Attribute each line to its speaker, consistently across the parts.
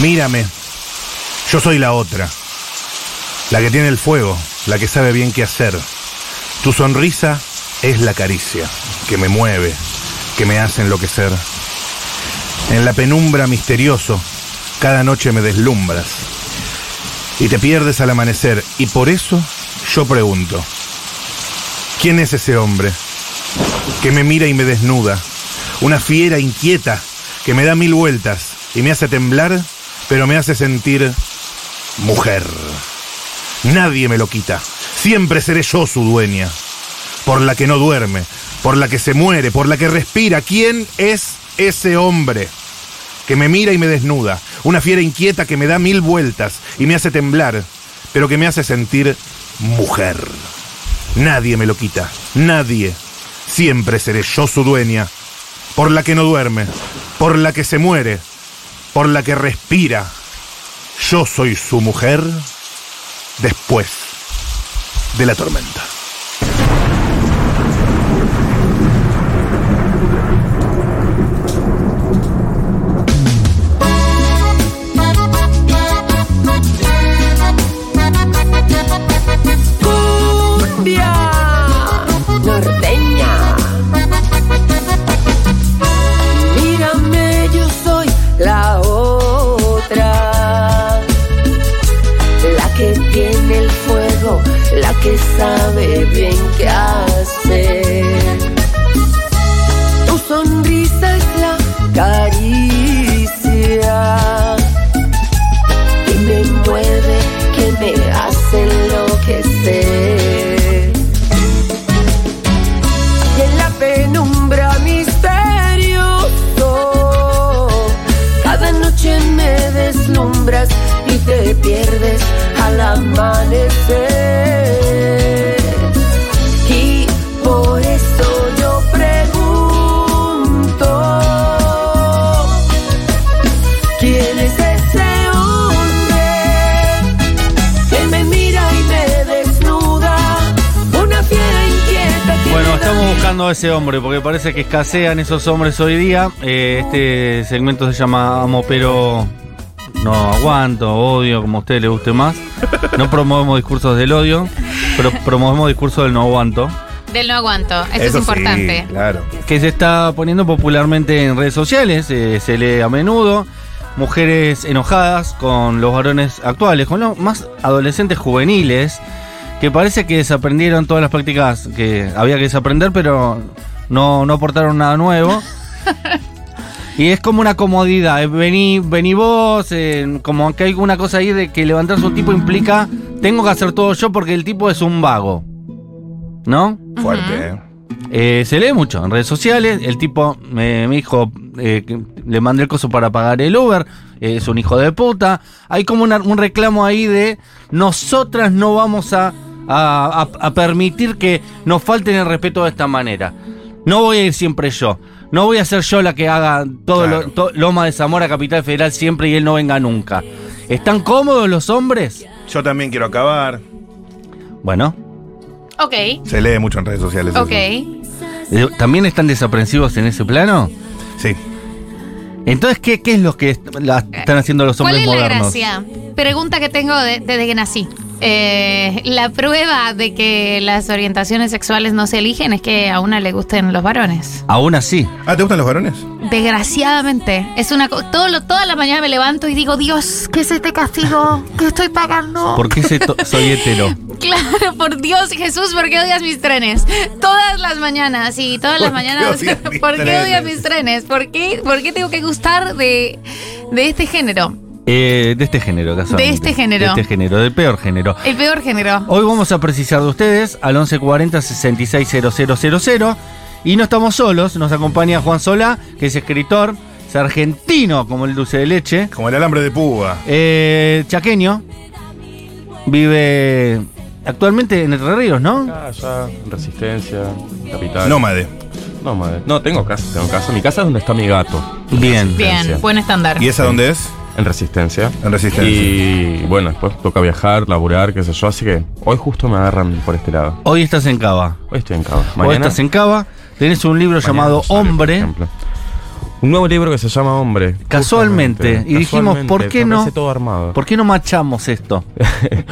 Speaker 1: Mírame. Yo soy la otra. La que tiene el fuego, la que sabe bien qué hacer. Tu sonrisa es la caricia que me mueve, que me hace enloquecer. En la penumbra misterioso, cada noche me deslumbras y te pierdes al amanecer. Y por eso yo pregunto, ¿quién es ese hombre que me mira y me desnuda? Una fiera inquieta que me da mil vueltas y me hace temblar, pero me hace sentir mujer. Nadie me lo quita. Siempre seré yo su dueña. Por la que no duerme, por la que se muere, por la que respira. ¿Quién es ese hombre? que me mira y me desnuda, una fiera inquieta que me da mil vueltas y me hace temblar, pero que me hace sentir mujer. Nadie me lo quita, nadie. Siempre seré yo su dueña, por la que no duerme, por la que se muere, por la que respira. Yo soy su mujer después de la tormenta.
Speaker 2: Cumbia norteña. Mírame, yo soy la otra. La que tiene el fuego, la que sabe bien qué hacer. Tu sonrisa es la caricia que me mueve, que me hace enloquecer. Y en la penumbra misterioso, cada noche me deslumbras y te pierdes al amanecer. Y por eso yo pregunto, ¿Quién es ese hombre que me mira y me desnuda? Una fiera inquieta que me
Speaker 3: Bueno,
Speaker 2: da
Speaker 3: estamos
Speaker 2: mil
Speaker 3: buscando a ese hombre porque parece que escasean esos hombres hoy día. Eh, este segmento se llama Amo pero no aguanto, odio, como a usted le guste más. No promovemos discursos del odio, pero promovemos discursos del no aguanto,
Speaker 4: Del no aguanto, eso, es
Speaker 1: sí,
Speaker 4: importante.
Speaker 1: claro.
Speaker 3: que se está poniendo popularmente en redes sociales, eh, se lee a menudo. Mujeres enojadas con los varones actuales, con los más adolescentes juveniles, que parece que desaprendieron todas las prácticas que había que desaprender, pero no, no aportaron nada nuevo. y es como una comodidad, eh, vení, vení vos, eh, como que hay una cosa ahí de que levantarse un tipo implica, tengo que hacer todo yo porque el tipo es un vago. ¿No?
Speaker 1: Fuerte, ¿eh?
Speaker 3: Eh, se lee mucho en redes sociales. El tipo eh, me dijo, eh, que le mandé el coso para pagar el Uber. eh, es un hijo de puta. Hay como una- un reclamo ahí de nosotras no vamos a, a- a- a permitir que nos falten el respeto de esta manera. No voy a ir siempre yo. No voy a ser yo la que haga todo
Speaker 1: Claro.
Speaker 3: lo, to- Loma de Zamora, Capital Federal, siempre y él no venga nunca. ¿Están cómodos los hombres?
Speaker 1: Yo también quiero acabar.
Speaker 3: Bueno,
Speaker 4: Ok,
Speaker 1: Se lee mucho en redes sociales. eso.
Speaker 4: ok.
Speaker 3: eh, ¿también están desaprensivos en ese plano?
Speaker 1: Sí.
Speaker 3: Entonces, ¿qué, qué es lo que est- la- están haciendo los
Speaker 4: Eh, ¿Cuál
Speaker 3: hombres
Speaker 4: es la
Speaker 3: modernos?
Speaker 4: gracia? Pregunta que tengo de- desde que nací. Eh, la prueba de que las orientaciones sexuales no se eligen es que a una le gusten los varones.
Speaker 3: Aún así,
Speaker 1: Ah, ¿te gustan los varones?
Speaker 4: Desgraciadamente, es una co- todo lo, toda la mañana me levanto y digo, Dios, ¿qué es este castigo que estoy pagando?
Speaker 3: ¿por qué se to- soy hetero?
Speaker 4: Claro, por Dios, Jesús, ¿por qué odias mis trenes? Todas las mañanas, y todas las
Speaker 1: ¿Por qué
Speaker 4: mañanas.
Speaker 1: odias mis
Speaker 4: ¿Por qué
Speaker 1: trenes?
Speaker 4: odias mis trenes? ¿Por qué, por qué tengo que gustar de, de este género?
Speaker 3: Eh, de este género, casualmente.
Speaker 4: De este género.
Speaker 3: De este género, del peor género.
Speaker 4: El peor género.
Speaker 3: Hoy vamos a precisar de ustedes al 1140-660000 y no estamos solos, nos acompaña Juan Solá, que es escritor, es argentino como el dulce de leche,
Speaker 1: Como el alambre de púa.
Speaker 3: eh, chaqueño, vive actualmente en Entre Ríos, ¿no?
Speaker 5: Casa, Resistencia, Capital.
Speaker 1: Nómade.
Speaker 5: no, madre. No, tengo casa, tengo casa. Mi casa es donde está mi gato,
Speaker 3: Bien.
Speaker 4: Bien,
Speaker 5: Gracias.
Speaker 4: buen estándar.
Speaker 1: ¿Y esa dónde es?
Speaker 5: en Resistencia.
Speaker 1: En Resistencia.
Speaker 5: Y bueno, después toca viajar, laburar, qué sé yo. Así que hoy justo me agarran por este lado.
Speaker 3: Hoy estás en Cava.
Speaker 5: Hoy estoy en Cava.
Speaker 3: Vos estás en Cava, tenés un libro
Speaker 5: mañana
Speaker 3: llamado
Speaker 5: no sale, por
Speaker 3: Hombre.
Speaker 5: ejemplo. Un nuevo libro que se llama Hombre.
Speaker 3: Casualmente.
Speaker 5: justamente.
Speaker 3: Y dijimos, ¿por qué
Speaker 5: me
Speaker 3: no?
Speaker 5: parece todo armado.
Speaker 3: ¿Por qué no machamos esto?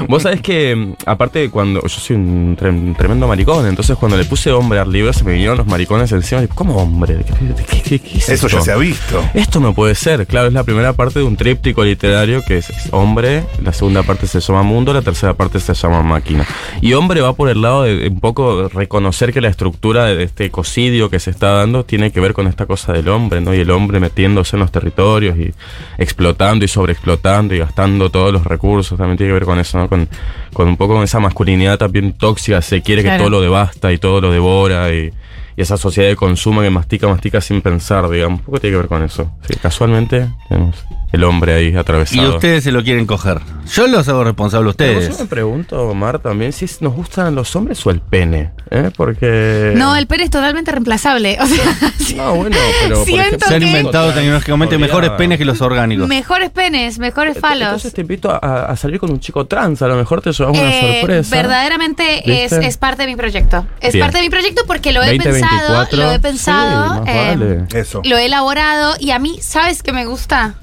Speaker 5: Vos sabés que, mm, aparte, de cuando. Yo soy un tre- tremendo maricón, entonces cuando le puse hombre al libro se me vinieron los maricones encima. y, ¿Cómo hombre? ¿Qué, qué- qué- qué es
Speaker 1: Eso
Speaker 5: esto?
Speaker 1: ya se ha visto.
Speaker 5: Esto no puede ser, claro, es la primera parte de un tríptico literario que es, es hombre, la segunda parte se llama mundo, la tercera parte se llama máquina. Y hombre va por el lado de, de un poco reconocer que la estructura de este ecocidio que se está dando tiene que ver con esta cosa del hombre, ¿no? Y el hombre metiéndose en los territorios y explotando y sobreexplotando y gastando todos los recursos, también tiene que ver con eso, ¿no? Con, con un poco con esa masculinidad también tóxica, se quiere que
Speaker 4: Claro.
Speaker 5: todo lo devasta y todo lo devora y y esa sociedad de consumo que mastica, mastica sin pensar, digamos. Un poco tiene que ver con eso. Sí, casualmente tenemos el hombre ahí
Speaker 3: Y
Speaker 5: atravesado.
Speaker 3: ustedes se lo quieren coger. Yo los hago responsable a
Speaker 5: Pero Yo me
Speaker 3: ustedes.
Speaker 5: pregunto, Omar, también si es- nos gustan los hombres o el pene. ¿eh? Porque.
Speaker 4: No, el pene es totalmente reemplazable. O sea, sí.
Speaker 5: No, bueno, pero. por
Speaker 4: Siento
Speaker 5: ejemplo,
Speaker 3: Se han
Speaker 4: que-
Speaker 3: inventado tecnológicamente
Speaker 5: Podría-
Speaker 3: mejores penes que los orgánicos.
Speaker 4: mejores penes, mejores falos.
Speaker 5: Entonces te invito a, a salir con un chico trans. A lo mejor te llevas una
Speaker 4: Eh,
Speaker 5: sorpresa.
Speaker 4: verdaderamente es,
Speaker 5: ¿Viste?
Speaker 4: es parte de mi proyecto. Es
Speaker 5: Bien.
Speaker 4: parte de mi proyecto porque lo he
Speaker 5: 2024.
Speaker 4: pensado, lo he pensado,
Speaker 5: Sí, más
Speaker 4: eh,
Speaker 5: vale.
Speaker 1: Eso.
Speaker 4: lo he elaborado y a mí, ¿sabes qué me gusta?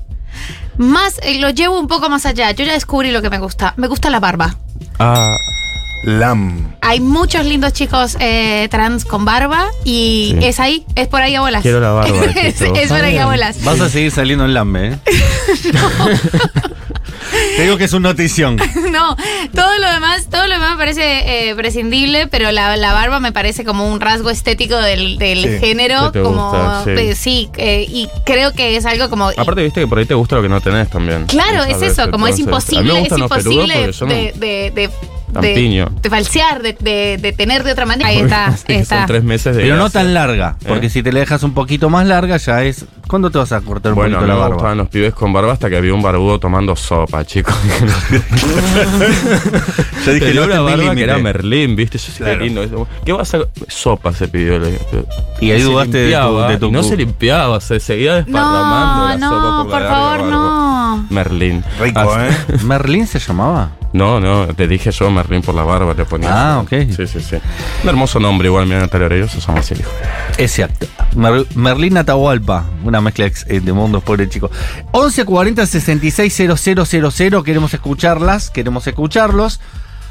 Speaker 4: Más, eh, lo llevo un poco más allá. Yo ya descubrí lo que me gusta. Me gusta la barba.
Speaker 5: Ah,
Speaker 1: Lam.
Speaker 4: Hay muchos lindos chicos eh, trans con barba y
Speaker 5: Sí.
Speaker 4: es ahí, es por ahí abuelas.
Speaker 5: Quiero la barba,
Speaker 4: es,
Speaker 5: chicos.
Speaker 4: es por ahí
Speaker 5: Ah,
Speaker 4: abuelas.
Speaker 3: Vas a seguir saliendo en lambe, ¿eh? Te digo que es una notición.
Speaker 4: No, todo lo demás, todo lo demás me parece eh, prescindible, pero la, la barba me parece como un rasgo estético del, del
Speaker 1: Sí,
Speaker 4: género,
Speaker 5: que te
Speaker 4: como
Speaker 5: gusta, sí.
Speaker 4: eh, sí, eh, y creo que es algo como
Speaker 5: aparte, viste que por ahí te gusta lo que no tenés también.
Speaker 4: Claro,
Speaker 5: Muchas
Speaker 4: es
Speaker 5: veces,
Speaker 4: eso, como es
Speaker 5: entonces, a mí
Speaker 4: imposible,
Speaker 5: me
Speaker 4: es
Speaker 5: gustan los peludos
Speaker 4: imposible
Speaker 5: porque yo no-
Speaker 4: de, de, de, de,
Speaker 5: Campiño.
Speaker 4: de falsear, de, de, de tener de otra manera. Ahí está,
Speaker 5: Así que
Speaker 4: está.
Speaker 5: Son tres meses de
Speaker 3: Pero no
Speaker 5: gracia.
Speaker 3: tan larga, porque
Speaker 5: ¿Eh?
Speaker 3: si te la dejas un poquito más larga ya es... ¿Cuándo te vas a cortar un
Speaker 5: Bueno,
Speaker 3: poquito
Speaker 5: no
Speaker 3: la
Speaker 5: me
Speaker 3: barba?
Speaker 5: gustaban los pibes con barba hasta que había un barbudo tomando sopa, chicos.
Speaker 3: Yo
Speaker 5: Tenía
Speaker 3: no,
Speaker 5: una
Speaker 3: este es mi
Speaker 5: barba que
Speaker 3: límite.
Speaker 5: era Merlín, ¿viste? Yo sí que
Speaker 1: Claro.
Speaker 5: lindo. eso. ¿Qué vas a Sopa se pidió. le-
Speaker 3: Y ahí
Speaker 5: se
Speaker 3: dudaste de tu-
Speaker 5: limpiaba,
Speaker 3: de tu
Speaker 5: y No
Speaker 3: cu.
Speaker 5: se limpiaba, se seguía
Speaker 4: No,
Speaker 5: desparramando la sopa
Speaker 4: no,
Speaker 5: la
Speaker 4: por
Speaker 5: larga
Speaker 4: favor,
Speaker 5: barba.
Speaker 4: no.
Speaker 5: Merlín.
Speaker 1: Rico,
Speaker 5: Ah,
Speaker 1: ¿eh?
Speaker 3: ¿Merlín se llamaba?
Speaker 5: No, no, te dije yo Merlín por la barba, le ponía.
Speaker 3: Ah, ok.
Speaker 5: Sí, sí, sí. Un hermoso nombre, igual, mira, Natalio se llama así, hijo.
Speaker 3: Exacto. Mer- Merlín Atahualpa, una mezcla ex- eh, de mundos, pobre chico. 1140 660000, queremos escucharlas, queremos escucharlos.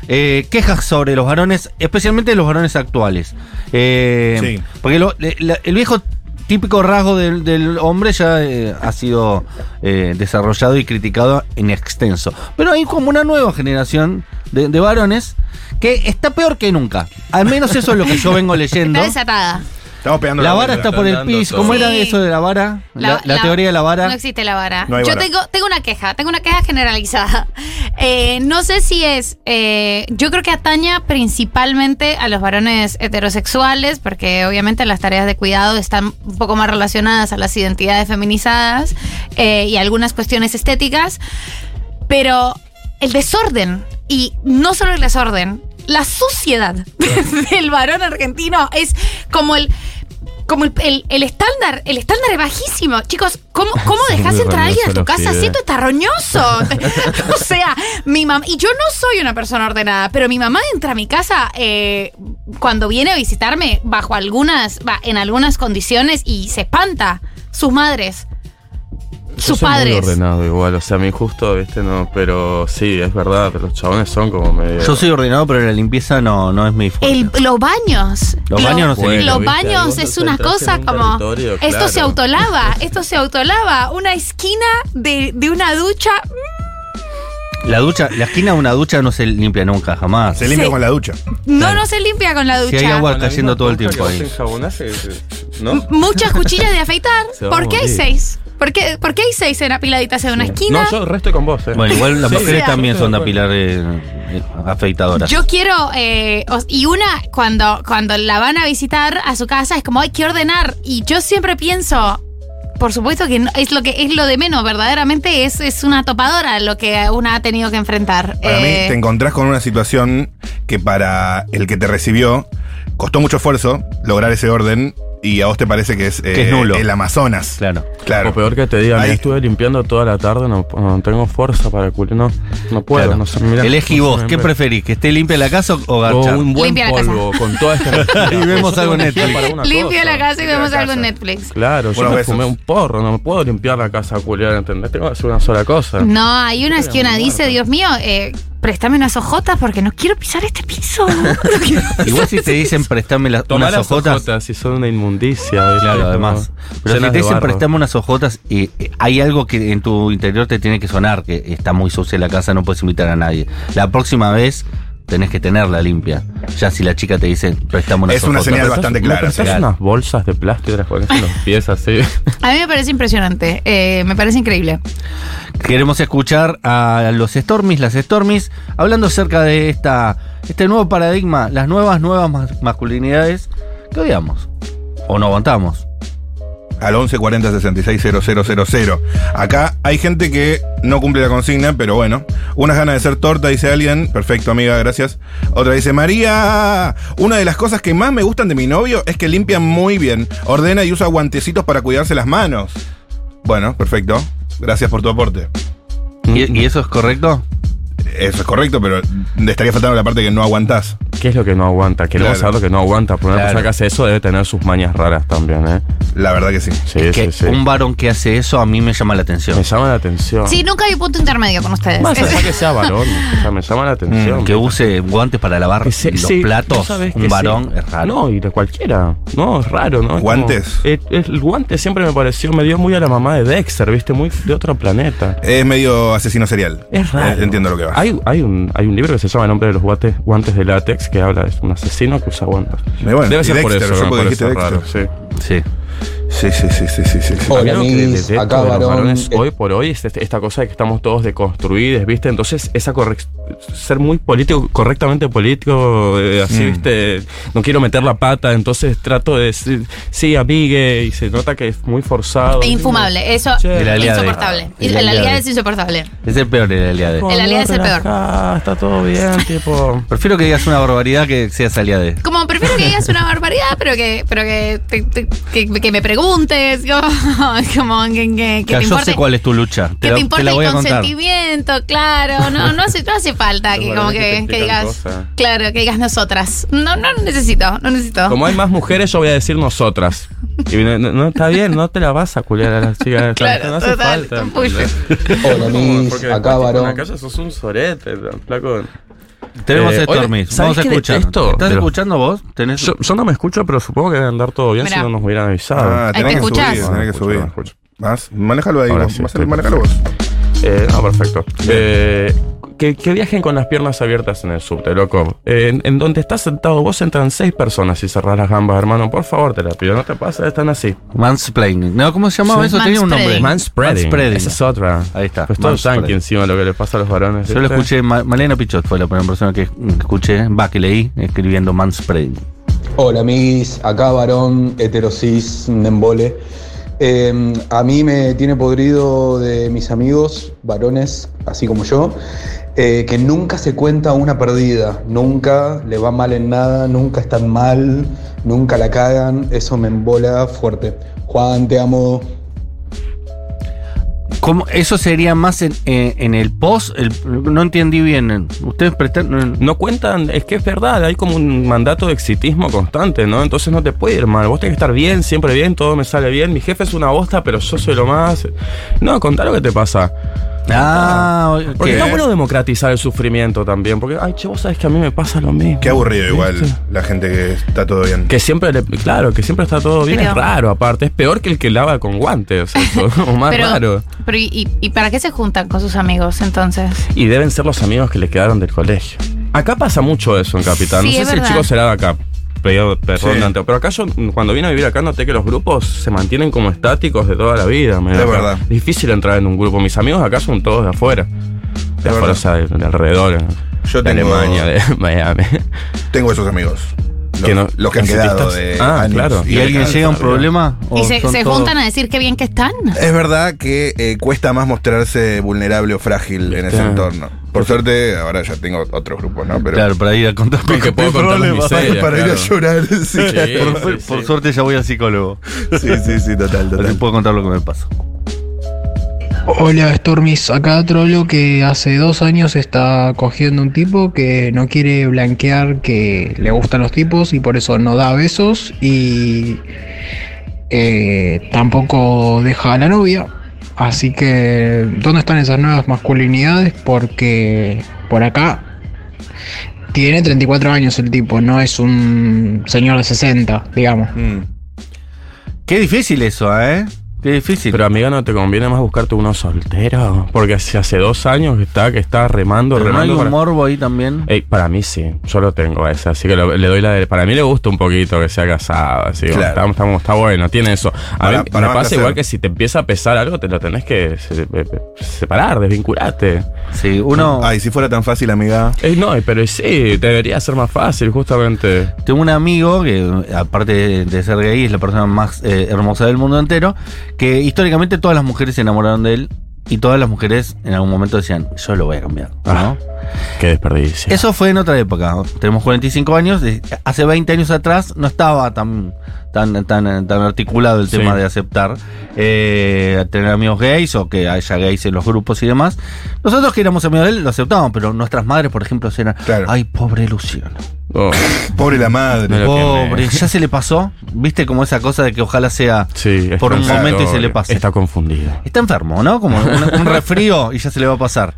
Speaker 3: Eh, quejas sobre los varones, especialmente los varones actuales. Eh,
Speaker 1: Sí.
Speaker 3: Porque lo- le- la- el viejo típico rasgo del, del hombre ya eh, ha sido eh, desarrollado y criticado en extenso. Pero hay como una nueva generación de, de varones que está peor que nunca. Al menos eso es lo que yo vengo leyendo.
Speaker 4: Está desatada.
Speaker 1: Estamos pegando
Speaker 3: La vara
Speaker 1: vuelta.
Speaker 3: está por el
Speaker 5: Están
Speaker 3: piso.
Speaker 5: dando
Speaker 3: ¿Cómo
Speaker 4: todo.
Speaker 3: era
Speaker 4: Sí.
Speaker 3: eso de la vara? La, la teoría de la
Speaker 4: No
Speaker 3: vara.
Speaker 4: existe la vara.
Speaker 1: No hay
Speaker 4: Yo
Speaker 1: vara.
Speaker 4: Tengo, tengo una queja, tengo una queja generalizada. Eh, no sé si es, eh, yo creo que ataña principalmente a los varones heterosexuales, porque obviamente las tareas de cuidado están un poco más relacionadas a las identidades feminizadas eh, y algunas cuestiones estéticas, pero el desorden, y no solo el desorden, la suciedad del varón argentino es como el como el, el- el estándar, el estándar es bajísimo. Chicos, ¿cómo, cómo
Speaker 5: Son
Speaker 4: dejas
Speaker 5: muy
Speaker 4: entrar a alguien a
Speaker 5: roñosos
Speaker 4: tu
Speaker 5: los
Speaker 4: casa?
Speaker 5: pibes.
Speaker 4: Siento está roñoso. o sea, mi mamá, y yo no soy una persona ordenada, pero mi mamá entra a mi casa eh, cuando viene a visitarme bajo algunas, va, en algunas condiciones y se espanta. Sus madres,
Speaker 5: Yo
Speaker 4: sus
Speaker 5: soy muy
Speaker 4: padres.
Speaker 5: ordenado igual, o sea, a mí justo, viste, no, pero sí, es verdad, los chabones son como medio...
Speaker 3: Yo soy ordenado, pero la limpieza no, no es mi fuerte.
Speaker 4: El- los baños.
Speaker 3: Los
Speaker 4: Lo-
Speaker 3: baños no se
Speaker 4: los
Speaker 3: limpian.
Speaker 5: Bueno, viste,
Speaker 4: baños
Speaker 5: ahí vos
Speaker 4: es una
Speaker 5: entraste
Speaker 4: cosa
Speaker 5: en un
Speaker 4: como.
Speaker 5: territorio,
Speaker 4: Esto
Speaker 5: claro.
Speaker 4: se autolava, esto se autolava. Una esquina de, de una ducha.
Speaker 3: La ducha, la esquina de una ducha no se limpia nunca, jamás.
Speaker 1: Se limpia
Speaker 4: Sí.
Speaker 1: con la ducha.
Speaker 4: No, no se limpia con la ducha.
Speaker 3: Si hay agua
Speaker 5: Con la
Speaker 3: cayendo
Speaker 5: misma
Speaker 3: todo el
Speaker 5: esponja
Speaker 3: tiempo
Speaker 5: que
Speaker 3: ahí.
Speaker 5: vos enjabonás, eh, eh, ¿no?
Speaker 4: M- Muchas cuchillas de afeitar.
Speaker 5: Se va a
Speaker 4: ¿Por qué hay
Speaker 5: morir.
Speaker 4: seis? ¿Por qué, por qué hay seis en apiladitas en una esquina?
Speaker 5: No, yo el resto con vos, eh.
Speaker 3: Bueno, igual las
Speaker 5: Sí,
Speaker 3: mujeres
Speaker 4: sí,
Speaker 3: también
Speaker 5: sí,
Speaker 3: son de
Speaker 5: bueno.
Speaker 3: apilar eh, eh, afeitadoras.
Speaker 4: Yo quiero, eh, os- y una, cuando, cuando la van a visitar a su casa, es como, hay que ordenar. Y yo siempre pienso, por supuesto que no- es lo que es lo de menos, verdaderamente es, es una topadora lo que una ha tenido que enfrentar.
Speaker 1: Para
Speaker 4: Eh,
Speaker 1: mí te encontrás con una situación que para el que te recibió costó mucho esfuerzo lograr ese orden y a vos te parece que es, eh,
Speaker 3: Que es nulo.
Speaker 1: el Amazonas.
Speaker 3: Claro.
Speaker 1: Claro.
Speaker 5: O peor que te digan,
Speaker 1: Ahí.
Speaker 5: "Mira, estuve limpiando toda la tarde, no, no tengo fuerza para culiar, no, no puedo,
Speaker 3: Claro.
Speaker 5: no sé, mira,
Speaker 3: Elegí
Speaker 5: no sé,
Speaker 3: vos,
Speaker 5: me-
Speaker 3: ¿qué preferís? ¿Que esté limpia la casa o- o
Speaker 5: O
Speaker 3: garchar?
Speaker 5: un buen
Speaker 4: Limpia la
Speaker 5: polvo con toda esta energía.
Speaker 3: Y vemos
Speaker 5: Yo
Speaker 3: algo en
Speaker 5: tengo energía
Speaker 3: Netflix.
Speaker 5: para una
Speaker 4: Limpio
Speaker 5: cosa.
Speaker 4: la casa y
Speaker 1: Limpio la
Speaker 4: vemos algo en
Speaker 1: casa.
Speaker 4: Netflix.
Speaker 5: Claro, yo
Speaker 1: Buenos
Speaker 5: me
Speaker 1: besos.
Speaker 5: fumé un porro, no me puedo limpiar la casa culiar, ¿entendés? Tengo que hacer una sola cosa.
Speaker 4: No, hay unas que una
Speaker 5: Muerto.
Speaker 4: dice, Dios mío, eh, préstame unas hojotas porque no quiero pisar este piso. No quiero
Speaker 3: Igual si te dicen prestame las,
Speaker 5: Tomá
Speaker 3: unas
Speaker 5: las
Speaker 3: hojotas.
Speaker 5: hojotas si son una inmundicia. ¿viste?
Speaker 3: Claro,
Speaker 5: Como
Speaker 3: además. Pero si
Speaker 5: llenas
Speaker 3: te
Speaker 5: de
Speaker 3: dicen
Speaker 5: barro.
Speaker 3: prestame unas hojotas, eh, eh, hay algo que en tu interior te tiene que sonar, que está muy sucia la casa, no puedes invitar a nadie. La próxima vez tenés que tenerla limpia. Ya si la chica te dice prestame unas
Speaker 1: Es una
Speaker 3: hojotas.
Speaker 1: señal bastante
Speaker 5: ¿Me
Speaker 1: clara,
Speaker 5: prestás
Speaker 1: sí.
Speaker 5: unas bolsas de plástico y las pones en los pies así.
Speaker 4: A mí me parece impresionante, eh, me parece increíble.
Speaker 3: Queremos escuchar a los Stormies, las Stormies, hablando acerca de esta, este nuevo paradigma, las nuevas, nuevas mas- masculinidades que odiamos. O no aguantamos.
Speaker 1: Al 1140 660000. Acá hay gente que no cumple la consigna, pero bueno. Unas ganas de ser torta, dice alguien. Perfecto, amiga, gracias. Otra dice, María, una de las cosas que más me gustan de mi novio es que limpia muy bien, ordena y usa guantecitos para cuidarse las manos. Bueno, perfecto. Gracias por tu aporte.
Speaker 3: ¿Y, y eso es correcto?
Speaker 1: Eso es correcto, pero le estaría faltando la parte que no aguantás.
Speaker 5: ¿Qué es lo que no aguanta? Queremos
Speaker 1: Claro.
Speaker 5: saber lo que no aguanta. Porque una
Speaker 3: Claro.
Speaker 5: persona que hace eso debe tener sus mañas raras también, ¿eh?
Speaker 1: La verdad que sí.
Speaker 5: Sí,
Speaker 3: Es
Speaker 5: sí,
Speaker 3: que
Speaker 5: sí.
Speaker 3: un varón que hace eso a mí me llama la
Speaker 5: Me
Speaker 3: atención.
Speaker 5: llama la atención.
Speaker 4: Sí, nunca hay punto intermedio con ustedes.
Speaker 5: Más allá que sea varón. O sea, me llama la atención.
Speaker 3: Que use guantes para lavar
Speaker 5: Que se-
Speaker 3: los
Speaker 5: sí, vos
Speaker 3: platos,
Speaker 5: sabés que
Speaker 3: un varón,
Speaker 5: sí.
Speaker 3: es raro.
Speaker 5: No, y de cualquiera. No, es raro, ¿no? Es
Speaker 1: ¿Guantes?
Speaker 5: como- eh, es- el guante siempre me pareció, me dio muy a la mamá de Dexter, ¿viste? Muy de otro planeta.
Speaker 1: Es medio asesino serial.
Speaker 5: Es raro.
Speaker 1: Eh, Entiendo lo que va.
Speaker 5: Hay, hay, un, hay un libro que se llama El hombre de los guantes, guantes de látex que habla de un asesino que usa guantes.
Speaker 1: Eh, bueno,
Speaker 5: Debe
Speaker 1: y
Speaker 5: ser por
Speaker 1: Dexter,
Speaker 5: eso.
Speaker 1: yo
Speaker 5: me
Speaker 1: porque
Speaker 5: parece
Speaker 1: dijiste
Speaker 5: raro,
Speaker 1: Dexter.
Speaker 5: sí.
Speaker 3: Sí.
Speaker 1: Sí, sí, sí, sí, sí, sí.
Speaker 5: A mí
Speaker 6: Hola,
Speaker 5: lo que
Speaker 6: amigos.
Speaker 5: detesto de
Speaker 6: Acá,
Speaker 5: los
Speaker 6: varón. eh.
Speaker 5: varones hoy por hoy es este- esta cosa de que estamos todos deconstruidos, ¿viste? Entonces, esa correc- ser muy político, correctamente político, eh, así,
Speaker 1: Mm.
Speaker 5: ¿viste? No quiero meter la pata, entonces trato de decir, sí, amigue, y se nota que es muy forzado.
Speaker 4: Es E infumable, eso
Speaker 5: Che. El
Speaker 4: es
Speaker 3: aliado.
Speaker 4: insoportable.
Speaker 3: El
Speaker 4: la
Speaker 3: aliado.
Speaker 4: realidad es insoportable.
Speaker 3: Es el peor el aliado.
Speaker 5: Tipo,
Speaker 4: El aliado es el peor.
Speaker 5: relajá, Está todo bien, tipo.
Speaker 3: Prefiero que digas una barbaridad que seas aliado.
Speaker 4: Como prefiero que digas una barbaridad, pero que, pero que, te- te- que, que me preguntes, como, como que, que-
Speaker 3: Que
Speaker 4: que te
Speaker 3: yo sé
Speaker 4: importe.
Speaker 3: cuál es tu lucha.
Speaker 4: que
Speaker 3: la-
Speaker 4: te importa
Speaker 3: la voy
Speaker 4: el
Speaker 3: a contar.
Speaker 4: consentimiento, claro. No, no hace, no hace falta que
Speaker 5: Los
Speaker 4: como
Speaker 5: varones que te
Speaker 4: que, que
Speaker 5: explican
Speaker 4: digas.
Speaker 5: cosas.
Speaker 4: Claro, que digas nosotras. No, no necesito, no necesito.
Speaker 5: Como hay más mujeres, yo voy a decir nosotras. Y no, no, no, está bien, no te la vas a culiar a las chicas.
Speaker 4: Claro,
Speaker 5: no hace
Speaker 4: total,
Speaker 5: falta.
Speaker 4: un push.
Speaker 6: Hola, amigos.
Speaker 5: Porque
Speaker 6: Acá,
Speaker 5: después, tipo, En la
Speaker 6: varón.
Speaker 5: calle sos un sorete, flaco.
Speaker 3: Tenemos
Speaker 5: Eh,
Speaker 3: Stormy.
Speaker 5: oye,
Speaker 3: Vamos
Speaker 5: ¿sabés
Speaker 3: a
Speaker 5: qué
Speaker 3: escuchar.
Speaker 5: detesto?
Speaker 3: ¿Estás
Speaker 5: Pero-
Speaker 3: escuchando vos? ¿Tenés...
Speaker 5: Yo, yo no me escucho, pero supongo que debe andar todo bien
Speaker 4: Mirá.
Speaker 5: si no nos hubieran avisado.
Speaker 1: Ah,
Speaker 4: Ahí
Speaker 1: tenés
Speaker 4: te
Speaker 1: que subir,
Speaker 4: escuchás.
Speaker 1: tenés que
Speaker 5: Escucho,
Speaker 1: subir.
Speaker 5: escucho.
Speaker 1: Más, manejalo ahí,
Speaker 5: Ahora
Speaker 1: vos,
Speaker 5: sí,
Speaker 1: más-
Speaker 5: estoy
Speaker 1: manejalo vos.
Speaker 5: Eh, ah, perfecto. Eh, que, que viajen con las piernas abiertas en el subte, loco. Eh, en, en donde estás sentado vos entran seis personas y cerrás las gambas, hermano. Por favor, te la pido. No te pases, están así.
Speaker 3: Mansplaining. No, ¿cómo se llamaba
Speaker 4: Sí.
Speaker 3: eso? Tenía un nombre.
Speaker 4: Manspreading.
Speaker 3: Manspreading.
Speaker 5: Esa es otra.
Speaker 3: Ahí está,
Speaker 5: Pues todo
Speaker 3: manspreading.
Speaker 5: yankee encima lo que le pasa a los varones.
Speaker 3: Yo lo
Speaker 5: ¿viste?
Speaker 3: escuché, Ma- Malena Pichot fue la primera persona que escuché, va, que leí, escribiendo Manspreading.
Speaker 6: Hola amiguis, acá varón heterosis Nembole. Eh, a mí me tiene podrido de mis amigos, varones, así como yo, eh, que nunca se cuenta una perdida, nunca le va mal en nada, nunca están mal, nunca la cagan, eso me embola fuerte. Juan, te amo.
Speaker 3: ¿Cómo? Eso sería más en, eh, en el post, el- no entendí bien. Ustedes prestan...
Speaker 5: No cuentan, es que es verdad, hay como un mandato de exitismo constante, ¿no? Entonces no te puede ir mal, vos tenés que estar bien, siempre bien, todo me sale bien, mi jefe es una bosta, pero yo soy lo más... No, contá lo que te pasa.
Speaker 3: Ah,
Speaker 5: Porque
Speaker 3: ¿qué?
Speaker 5: está bueno democratizar el sufrimiento también, porque, ay, che, vos sabés que a mí me pasa lo mismo.
Speaker 1: Qué aburrido igual
Speaker 5: ¿Viste?
Speaker 1: la gente que está todo bien.
Speaker 5: Que siempre, le- claro, que siempre está todo bien,
Speaker 4: Pero-
Speaker 5: es raro aparte, es peor que el que lava con guantes, o sea, eso, o más raro.
Speaker 4: pero y, y- ¿y para qué se juntan con sus amigos entonces?
Speaker 5: Y deben ser los amigos que le quedaron del colegio. Acá pasa mucho eso en Capital.
Speaker 4: Sí,
Speaker 5: no sé
Speaker 4: es
Speaker 5: si el
Speaker 4: verdad.
Speaker 5: chico será de acá. Pedido perdón
Speaker 1: Sí.
Speaker 5: de antemano. Pero acá yo, cuando vine a vivir acá, noté que los grupos se mantienen como estáticos de toda la vida. me
Speaker 1: Es
Speaker 5: da-
Speaker 1: verdad.
Speaker 5: Difícil entrar en un grupo. Mis amigos acá son todos de afuera. De
Speaker 1: Es
Speaker 5: afuera,
Speaker 1: verdad.
Speaker 5: o sea, de, de alrededor.
Speaker 1: Yo
Speaker 5: de
Speaker 1: tengo-
Speaker 5: Alemania, de Miami.
Speaker 1: Tengo esos amigos.
Speaker 5: Que no-
Speaker 7: los que han quedado
Speaker 5: casetistas.
Speaker 7: de
Speaker 5: Ah,
Speaker 7: años.
Speaker 5: claro.
Speaker 3: ¿Y alguien llega a un problema?
Speaker 4: Y
Speaker 5: Oh,
Speaker 3: ¿O
Speaker 4: se,
Speaker 3: son
Speaker 4: se
Speaker 3: todos-
Speaker 4: juntan a decir qué bien que están.
Speaker 7: Es verdad que eh, cuesta más mostrarse vulnerable o frágil en ese
Speaker 5: Claro.
Speaker 7: entorno. Por suerte, ahora ya tengo otros grupos, ¿no? Pero
Speaker 3: Claro, para ir a contar.
Speaker 5: Porque puedo contar las
Speaker 3: problemas.
Speaker 5: miserias,
Speaker 7: para ir a
Speaker 5: claro.
Speaker 7: llorar, sí.
Speaker 5: Sí,
Speaker 3: Por,
Speaker 5: sí,
Speaker 3: por
Speaker 5: sí.
Speaker 3: suerte ya voy al psicólogo.
Speaker 7: Sí, sí, sí, total,
Speaker 3: Así
Speaker 7: total.
Speaker 3: puedo contar lo que me pasa.
Speaker 8: Hola Stormis, acá Trollo que hace dos años está cogiendo un tipo que no quiere blanquear que le gustan los tipos y por eso no da besos y eh, tampoco deja a la novia. Así que, ¿dónde están esas nuevas masculinidades? Porque por acá tiene 34 años el tipo, no es un señor de 60, digamos.
Speaker 3: Qué difícil eso, ¿eh? Qué difícil.
Speaker 5: Pero amiga, ¿no te conviene más buscarte uno soltero? Porque hace, hace dos años que está, que está remando,
Speaker 3: Pero no hay
Speaker 5: remando.
Speaker 3: un
Speaker 5: para-
Speaker 3: morbo ahí también.
Speaker 5: Ey, para mí sí, yo lo tengo esa, así que lo- le doy la de... Para mí le gusta un poquito que sea casado, así que
Speaker 7: Claro.
Speaker 5: estamos- estamos- está bueno, tiene eso. A
Speaker 7: Para-
Speaker 5: mí
Speaker 7: para
Speaker 5: me
Speaker 7: más
Speaker 5: pasa
Speaker 7: placer.
Speaker 5: igual que si te empieza a pesar algo, te lo tenés que se- eh, separar, desvincularte.
Speaker 3: Sí, uno.
Speaker 7: Ay, si fuera tan fácil, amiga.
Speaker 5: Ey, no, eh, pero sí, debería ser más fácil, justamente.
Speaker 3: Tengo un amigo que, aparte de, de ser gay, es la persona más eh, hermosa del mundo entero. Que históricamente todas las mujeres se enamoraron de él. Y todas las mujeres en algún momento decían, yo lo voy a cambiar. ¿no?
Speaker 5: Ah. Qué desperdicio.
Speaker 3: Eso fue en otra época. ¿no? Tenemos 45 años. de- Hace 20 años atrás no estaba tan, tan, tan, tan articulado el
Speaker 5: Sí.
Speaker 3: tema de aceptar eh, tener amigos gays o que haya gays en los grupos y demás. Nosotros que éramos amigos de él lo aceptábamos, pero nuestras madres, por ejemplo, eran,
Speaker 7: Claro.
Speaker 3: ay, pobre Luciano.
Speaker 5: Oh,
Speaker 7: Pobre la madre.
Speaker 5: Pero que me-
Speaker 3: Pobre, ya se le pasó. ¿Viste como esa cosa de que ojalá sea
Speaker 5: sí, está-
Speaker 3: por un
Speaker 7: Claro,
Speaker 3: momento y se le
Speaker 7: obvio.
Speaker 3: pase?
Speaker 5: está confundido.
Speaker 3: Está enfermo, ¿no? Como un, un resfrío y ya se le va a pasar.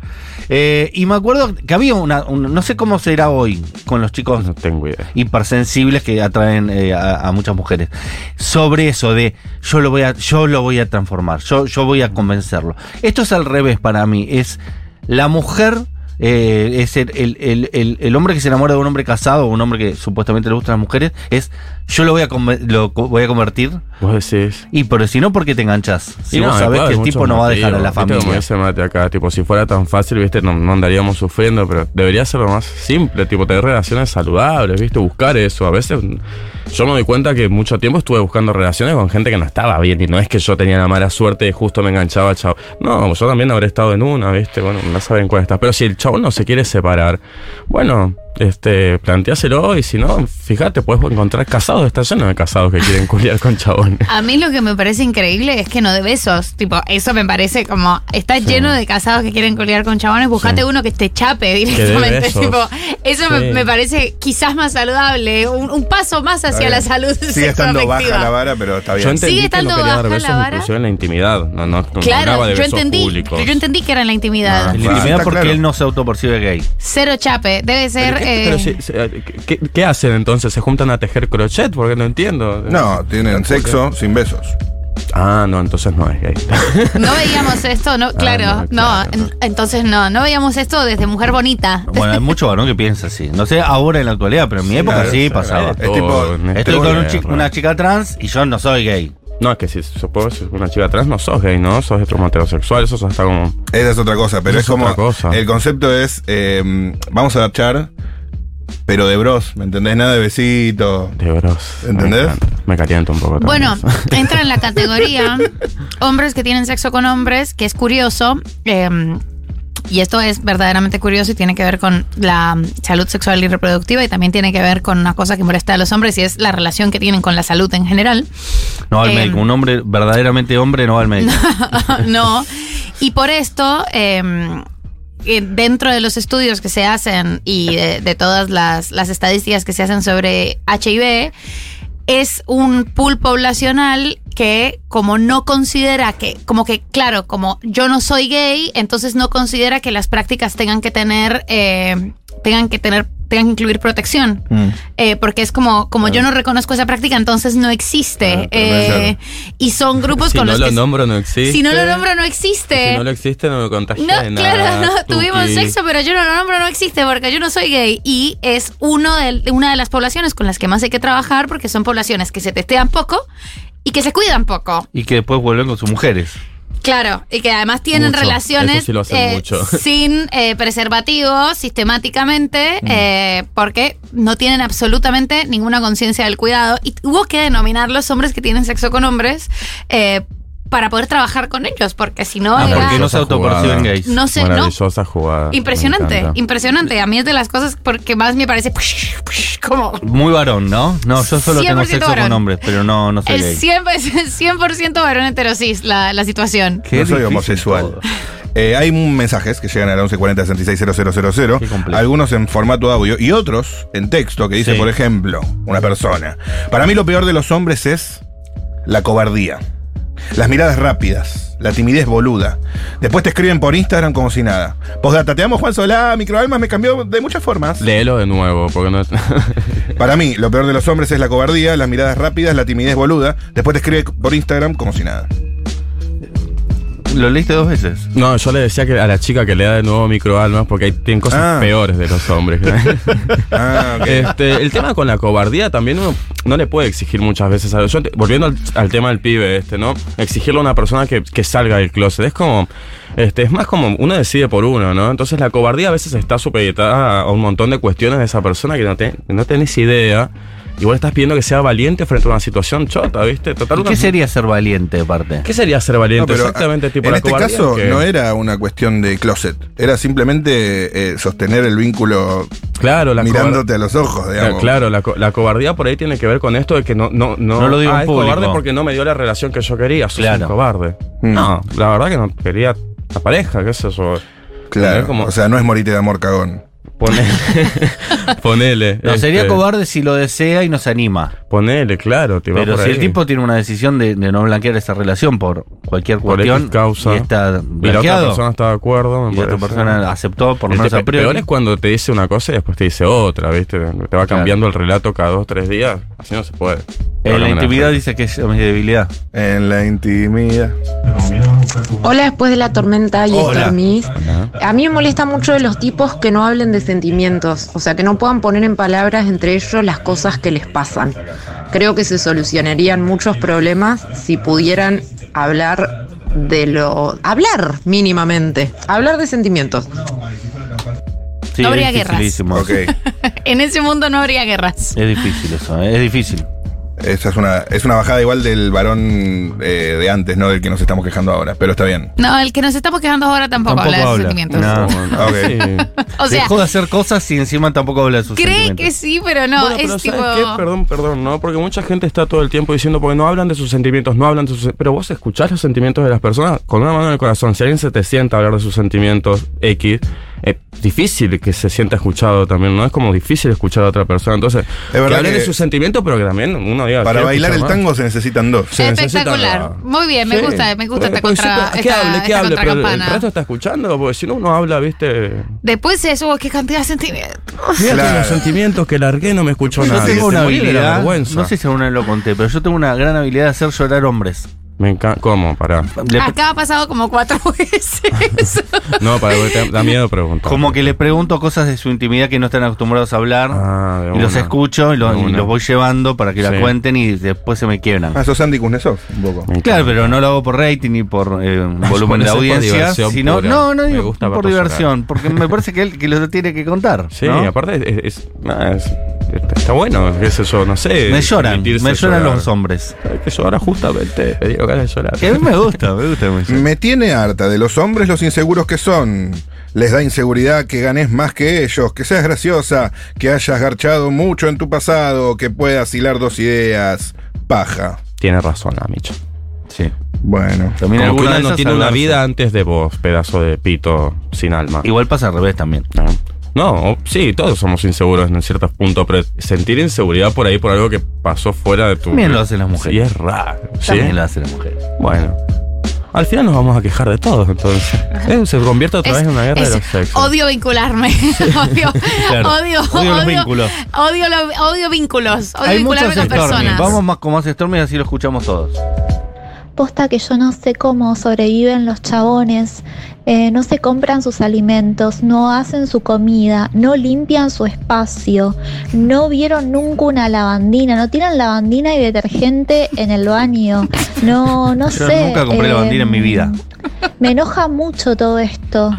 Speaker 3: Eh, y me acuerdo que había una, un- no sé cómo será hoy con los chicos
Speaker 5: No tengo idea.
Speaker 3: hipersensibles que atraen eh, a, a muchas mujeres. Sobre eso de yo lo voy a, yo lo voy a transformar, yo, yo voy a convencerlo. Esto es al revés para mí. Es la mujer, eh, es el, el- el- el- el hombre que se enamora de un hombre casado o un hombre que supuestamente le gustan las mujeres, es yo lo voy a, conven- lo co- voy a convertir.
Speaker 5: Vos decís...
Speaker 3: Y pero si no, ¿por qué te enganchas? Si vos sabés
Speaker 5: claro,
Speaker 3: que el
Speaker 5: muchos
Speaker 3: tipo no va a dejar a la
Speaker 5: motivos. Viste como
Speaker 3: familia.
Speaker 5: dice Mate acá, tipo, si fuera tan fácil, viste, no, no andaríamos sufriendo, pero debería ser lo más simple, tipo, tener relaciones saludables, viste, buscar eso. A veces yo me doy cuenta que mucho tiempo estuve buscando relaciones con gente que no estaba bien y no es que yo tenía la mala suerte y justo me enganchaba, chao. No, yo también habré estado en una, viste, bueno, no saben cuál está. Pero si el chavo no se quiere separar, bueno... Este, planteáselo y si no, fíjate, puedes encontrar casados, está lleno de casados que quieren culiar con chabones.
Speaker 4: A mí lo que me parece increíble es que no de besos. Tipo, eso me parece como. Está lleno de casados que quieren colgar con chabones. Buscate
Speaker 5: Sí.
Speaker 4: uno que te chape directamente.
Speaker 5: besos.
Speaker 4: Tipo, eso me,
Speaker 5: Sí.
Speaker 4: me parece quizás más saludable. Un, un paso más hacia la salud
Speaker 7: Sigue estando baja
Speaker 4: sexoafectiva.
Speaker 7: la vara, pero está
Speaker 5: Yo
Speaker 7: bien.
Speaker 5: entendí
Speaker 4: Sigue
Speaker 5: que no
Speaker 4: estando
Speaker 5: quería dar
Speaker 4: baja
Speaker 5: besos
Speaker 4: la vara.
Speaker 5: inclusive en la intimidad. No, no, no hablaba
Speaker 4: Claro,
Speaker 5: de
Speaker 4: yo
Speaker 5: besos
Speaker 4: entendí,
Speaker 5: públicos.
Speaker 4: yo entendí que era en la intimidad.
Speaker 3: En
Speaker 7: Ah,
Speaker 3: la intimidad
Speaker 7: está
Speaker 3: porque
Speaker 7: claro.
Speaker 3: él no se autopercibe gay.
Speaker 4: Cero chape, debe ser.
Speaker 5: Pero, ¿qué, pero
Speaker 4: eh,
Speaker 5: si- si- ¿qué- qué- qué hacen entonces? ¿Se juntan a tejer crochet? Porque no entiendo.
Speaker 7: No, tienen sexo sin besos.
Speaker 5: Ah, no, entonces no es gay.
Speaker 4: No veíamos esto, no, claro,
Speaker 5: Ah, no, claro,
Speaker 4: no,
Speaker 5: no.
Speaker 4: en- entonces no, no veíamos esto desde mujer bonita.
Speaker 3: Bueno, hay mucho varón que piensa así. No sé ahora en la actualidad, pero en mi época
Speaker 7: claro,
Speaker 3: sí
Speaker 7: claro.
Speaker 3: pasaba.
Speaker 7: Es tipo,
Speaker 5: en
Speaker 3: Estoy
Speaker 5: esta
Speaker 3: con un
Speaker 5: guerra.
Speaker 3: chi- una chica trans y yo no soy gay.
Speaker 5: No, es que si supongo que si una chica trans no sos gay, ¿no? Sos heterosexual, eso hasta como.
Speaker 7: Esa es otra cosa, pero
Speaker 5: Esa
Speaker 7: es,
Speaker 5: es
Speaker 7: como.
Speaker 5: otra cosa.
Speaker 7: El concepto es. eh, vamos a char, pero de bros, ¿me entendés? Nada de besito.
Speaker 5: De bros.
Speaker 7: ¿Entendés?
Speaker 5: Me, encanta. Me calienta un poco también.
Speaker 4: Bueno, entra en la categoría hombres que tienen sexo con hombres, que es curioso, eh, y esto es verdaderamente curioso y tiene que ver con la mm, salud sexual y reproductiva y también tiene que ver con una cosa que molesta a los hombres y es la relación que tienen con la salud en general.
Speaker 3: No va al
Speaker 4: Eh,
Speaker 3: médico. Un hombre verdaderamente hombre no va al médico.
Speaker 4: no. Y por esto, eh, eh, dentro de los estudios que se hacen y de, de todas las, las estadísticas que se hacen sobre HIV, es un pool poblacional que como no considera que, como que, claro, como yo no soy gay, entonces no considera que las prácticas tengan que tener, eh, tengan que tener, tengan que incluir protección.
Speaker 5: Mm.
Speaker 4: Eh, porque es como, como yo no reconozco esa práctica, entonces no existe.
Speaker 7: Ah, pero
Speaker 4: Eh, y son grupos
Speaker 5: si
Speaker 4: con
Speaker 5: no
Speaker 4: los
Speaker 5: lo
Speaker 4: que-
Speaker 5: nombro, no existe.
Speaker 4: si no lo nombro, no existe.
Speaker 5: Si no lo existe, no me contagié
Speaker 4: No,
Speaker 5: de nada.
Speaker 4: claro, no,
Speaker 5: Tuki.
Speaker 4: tuvimos sexo, pero yo no lo nombro, no existe porque yo no soy gay. Y es uno de, una de las poblaciones con las que más hay que trabajar porque son poblaciones que se testean poco y que se cuidan poco.
Speaker 3: Y que después vuelven con sus mujeres.
Speaker 4: Claro, y que además tienen
Speaker 5: Mucho.
Speaker 4: relaciones
Speaker 5: Eso sí lo hacen mucho.
Speaker 4: sin eh, preservativos sistemáticamente
Speaker 5: Mm.
Speaker 4: eh, porque no tienen absolutamente ninguna conciencia del cuidado y hubo que denominar los hombres que tienen sexo con hombres eh, para poder trabajar con ellos porque si no
Speaker 5: Ah,
Speaker 4: era
Speaker 5: porque
Speaker 3: no se autoperciben
Speaker 5: jugada.
Speaker 3: gays?
Speaker 4: No sé, no.
Speaker 5: Maravillosa jugada. me
Speaker 4: impresionante,
Speaker 5: encanta.
Speaker 4: impresionante. A mí es de las cosas porque más me parece como
Speaker 3: Muy varón, ¿no? No, yo solo tengo
Speaker 4: 100%
Speaker 3: sexo
Speaker 4: varón.
Speaker 3: con hombres, pero no, no soy
Speaker 4: el
Speaker 3: gay.
Speaker 4: 100%, 100 varón heterosis la, la situación.
Speaker 3: Qué
Speaker 7: no soy
Speaker 3: difícil
Speaker 7: homosexual.
Speaker 3: todo.
Speaker 7: Eh, hay un- mensajes que llegan al 1140 660000,
Speaker 3: Qué complejo.
Speaker 7: algunos en formato audio y otros en texto que dice,
Speaker 3: Sí.
Speaker 7: por ejemplo, una persona. Para mí lo peor de los hombres es la cobardía, las miradas rápidas, la timidez boluda. Después te escriben por Instagram como si nada. Postdata, te amo Juan Solá, microalmas me cambió de muchas formas.
Speaker 5: Léelo de nuevo, porque no es.
Speaker 7: Para mí lo peor de los hombres es la cobardía, las miradas rápidas, la timidez boluda. Después te escribe por Instagram como si nada.
Speaker 3: Lo leíste dos veces.
Speaker 5: No, yo le decía que a la chica que lea de nuevo microalmas, porque hay, tienen cosas
Speaker 7: Ah.
Speaker 5: peores de los hombres.
Speaker 7: Ah, ok.
Speaker 5: Este, el tema con la cobardía también uno no le puede exigir muchas veces a yo te- volviendo al, al tema del pibe este, ¿no? Exigirle a una persona que, que salga del closet. Es como, este, es más como uno decide por uno, ¿no? Entonces la cobardía a veces está supeditada a un montón de cuestiones de esa persona que no, te- que no tenés idea. Y vos estás pidiendo que sea valiente frente a una situación chota, ¿viste? Total,
Speaker 3: ¿Y
Speaker 5: una-
Speaker 3: qué sería ser valiente, aparte?
Speaker 5: ¿Qué sería ser valiente?
Speaker 7: No, pero,
Speaker 5: Exactamente, tipo
Speaker 7: en
Speaker 5: la
Speaker 7: este
Speaker 5: cobardía
Speaker 7: caso
Speaker 5: es que-
Speaker 7: no era una cuestión de closet, era simplemente eh, sostener el vínculo
Speaker 5: claro, la cobardía-
Speaker 7: mirándote a los ojos,
Speaker 5: Eh,
Speaker 7: digamos.
Speaker 5: Claro, la, co- la cobardía por ahí tiene que ver con esto de que no, no, no,
Speaker 3: No lo digo
Speaker 5: Ah,
Speaker 3: en
Speaker 5: es
Speaker 3: público.
Speaker 5: cobarde porque no me dio la relación que yo quería. Sos
Speaker 3: Claro.
Speaker 5: un cobarde.
Speaker 7: Mm.
Speaker 5: No, la verdad que no quería la pareja, qué sé yo.
Speaker 7: Claro,
Speaker 5: Como-
Speaker 7: o sea, no es morite de amor cagón.
Speaker 5: Ponele. ponele.
Speaker 3: No, sería
Speaker 5: este,
Speaker 3: cobarde si lo desea y nos anima.
Speaker 5: Ponele, claro. te va
Speaker 3: Pero
Speaker 5: por
Speaker 3: si
Speaker 5: ahí.
Speaker 3: el tipo tiene una decisión de, de no blanquear esa relación por cualquier
Speaker 5: Por X
Speaker 3: cuestión
Speaker 5: causa.
Speaker 3: y está
Speaker 5: Y la otra
Speaker 3: blanqueado
Speaker 5: persona está de acuerdo. me
Speaker 3: y la otra
Speaker 5: parece.
Speaker 3: persona aceptó por lo
Speaker 5: El
Speaker 3: menos
Speaker 5: te-
Speaker 3: a priori.
Speaker 5: Este, peor es cuando te dice una cosa y después te dice otra, ¿viste? Te va cambiando el relato cada dos, tres días. Así no se puede.
Speaker 3: en Eh, la
Speaker 5: Háblame
Speaker 3: intimidad dice que es mi debilidad.
Speaker 7: En la intimidad.
Speaker 9: Hola, después de la tormenta hay
Speaker 7: Hola.
Speaker 9: stormies.
Speaker 5: Ajá.
Speaker 9: A mí me molesta mucho de los tipos que no hablen de sentimientos, o sea, que no puedan poner en palabras entre ellos las cosas que les pasan. Creo que se solucionarían muchos problemas si pudieran hablar de lo... hablar mínimamente, hablar de sentimientos.
Speaker 3: Sí,
Speaker 4: No
Speaker 3: es
Speaker 4: habría guerras.
Speaker 3: dificilísimo.
Speaker 7: Ok,
Speaker 4: En ese mundo no habría guerras.
Speaker 3: Es difícil eso, eh, es difícil.
Speaker 7: esa es una, es una bajada igual del varón eh, de antes, no del que nos estamos quejando ahora, pero está bien.
Speaker 4: No, el que nos estamos quejando ahora tampoco,
Speaker 3: Tampoco
Speaker 4: habla de sus
Speaker 3: habla.
Speaker 4: sentimientos.
Speaker 3: No.
Speaker 5: Ah, bueno, sí.
Speaker 4: O sea,
Speaker 3: Dejó de hacer cosas y encima tampoco habla de sus
Speaker 4: cree que
Speaker 3: sentimientos.
Speaker 4: sí, pero no.
Speaker 5: Bueno, pero
Speaker 4: es tipo.
Speaker 5: ¿sabes qué? Perdón, perdón, ¿no? Porque mucha gente está todo el tiempo diciendo, porque no hablan de sus sentimientos, no hablan de sus... Pero vos escuchás los sentimientos de las personas con una mano en el corazón. Si alguien se te sienta a hablar de sus sentimientos X, es difícil que se sienta escuchado también, ¿no? Es como difícil escuchar a otra persona. Entonces, que
Speaker 7: verdad
Speaker 5: hablen
Speaker 7: que-
Speaker 5: de sus sentimientos, pero que también uno diga...
Speaker 7: Para
Speaker 5: quiero
Speaker 7: bailar el
Speaker 5: escuchar más.
Speaker 7: tango se necesitan dos.
Speaker 5: Se necesita
Speaker 4: Espectacular.
Speaker 5: la- Eh,
Speaker 4: Muy bien, Eh, me gusta, me gusta esta
Speaker 5: Porque
Speaker 4: contra-
Speaker 5: siempre-
Speaker 4: esta-
Speaker 5: ¿Qué pues, hable? ¿Qué
Speaker 4: esta
Speaker 5: hable? Pero el
Speaker 4: contracampana.
Speaker 5: resto está escuchando, porque si no uno habla, viste...
Speaker 4: Después de eso, qué cantidad de sentimientos.
Speaker 5: Mira que
Speaker 7: Claro.
Speaker 5: los sentimientos que largué no me escuchó
Speaker 3: Yo
Speaker 5: nadie.
Speaker 3: Ah, tengo
Speaker 5: Te
Speaker 3: una
Speaker 5: morí de la
Speaker 3: habilidad,
Speaker 5: vergüenza.
Speaker 3: no sé si alguna vez lo conté, pero yo tengo una gran habilidad de hacer llorar hombres.
Speaker 5: Me encanta. ¿Cómo? Pará.
Speaker 3: Le-
Speaker 4: Acá ha pasado como cuatro veces.
Speaker 5: No, para porque te da miedo preguntar.
Speaker 3: como que le pregunto cosas de su intimidad que no están acostumbrados a hablar.
Speaker 5: Ah, de
Speaker 3: Y los
Speaker 5: una.
Speaker 3: escucho y, lo-
Speaker 5: De
Speaker 3: y
Speaker 5: una.
Speaker 3: los voy llevando para que la
Speaker 5: Sí.
Speaker 3: cuenten y después se me quiebran.
Speaker 7: Ah, sos Andy Kuznetsov, un poco.
Speaker 3: Claro, pero no lo hago por rating ni por eh, volumen
Speaker 5: Pones
Speaker 3: de
Speaker 5: por
Speaker 3: audiencia,
Speaker 5: diversión
Speaker 3: sino
Speaker 5: pura.
Speaker 3: no, no
Speaker 5: Me
Speaker 3: digo
Speaker 5: gusta
Speaker 3: por
Speaker 5: verlos
Speaker 3: diversión, porque me parece que él que lo tiene que contar.
Speaker 5: Sí,
Speaker 3: ¿no?
Speaker 5: aparte es, es- nada, es- está, está bueno, qué sé yo, no sé.
Speaker 3: me lloran, me
Speaker 5: permitirse
Speaker 3: lloran
Speaker 5: llorar.
Speaker 3: los hombres.
Speaker 5: Hay que llorar justamente, me dieron ganas de llorar.
Speaker 3: Que a mí me gusta, me gusta. me gusta.
Speaker 7: Me tiene harta de los hombres los inseguros que son. Les da inseguridad que ganes más que ellos, que seas graciosa, que hayas garchado mucho en tu pasado, que puedas hilar dos ideas. Paja.
Speaker 5: Tiene razón la Micha.
Speaker 3: Sí.
Speaker 7: Bueno.
Speaker 3: También alguna
Speaker 5: Como que uno
Speaker 3: de
Speaker 5: no
Speaker 3: esas
Speaker 5: tiene una
Speaker 3: salvarse.
Speaker 5: vida antes de vos, pedazo de pito sin alma.
Speaker 3: Igual pasa al revés también.
Speaker 5: No. No, o- sí, todos somos inseguros en ciertos puntos, pero sentir inseguridad por ahí por algo que pasó fuera de tu.
Speaker 3: También lo hacen las
Speaker 5: Sí,
Speaker 3: mujeres.
Speaker 5: es raro. ¿sí?
Speaker 3: También lo hace la mujer.
Speaker 5: Bueno. Al final nos vamos a quejar de todos, entonces. Eh, se convierte otra
Speaker 4: Es-
Speaker 5: vez en una guerra
Speaker 4: es-
Speaker 5: de los sexos.
Speaker 4: Odio vincularme. odio,
Speaker 3: Claro.
Speaker 4: odio,
Speaker 3: Odio los vínculos.
Speaker 4: Odio, lo- odio vínculos. Odio vincularme con
Speaker 3: Stormy.
Speaker 4: personas.
Speaker 3: Vamos más con más Stormy y así lo escuchamos todos.
Speaker 10: Posta que yo no sé cómo sobreviven los chabones, eh, no se compran sus alimentos, no hacen su comida, no limpian su espacio, no vieron nunca una lavandina, no tienen lavandina y detergente en el baño. No, no
Speaker 3: Yo
Speaker 10: sé.
Speaker 3: nunca compré
Speaker 10: eh,
Speaker 3: lavandina en mi vida.
Speaker 10: Me enoja mucho todo esto.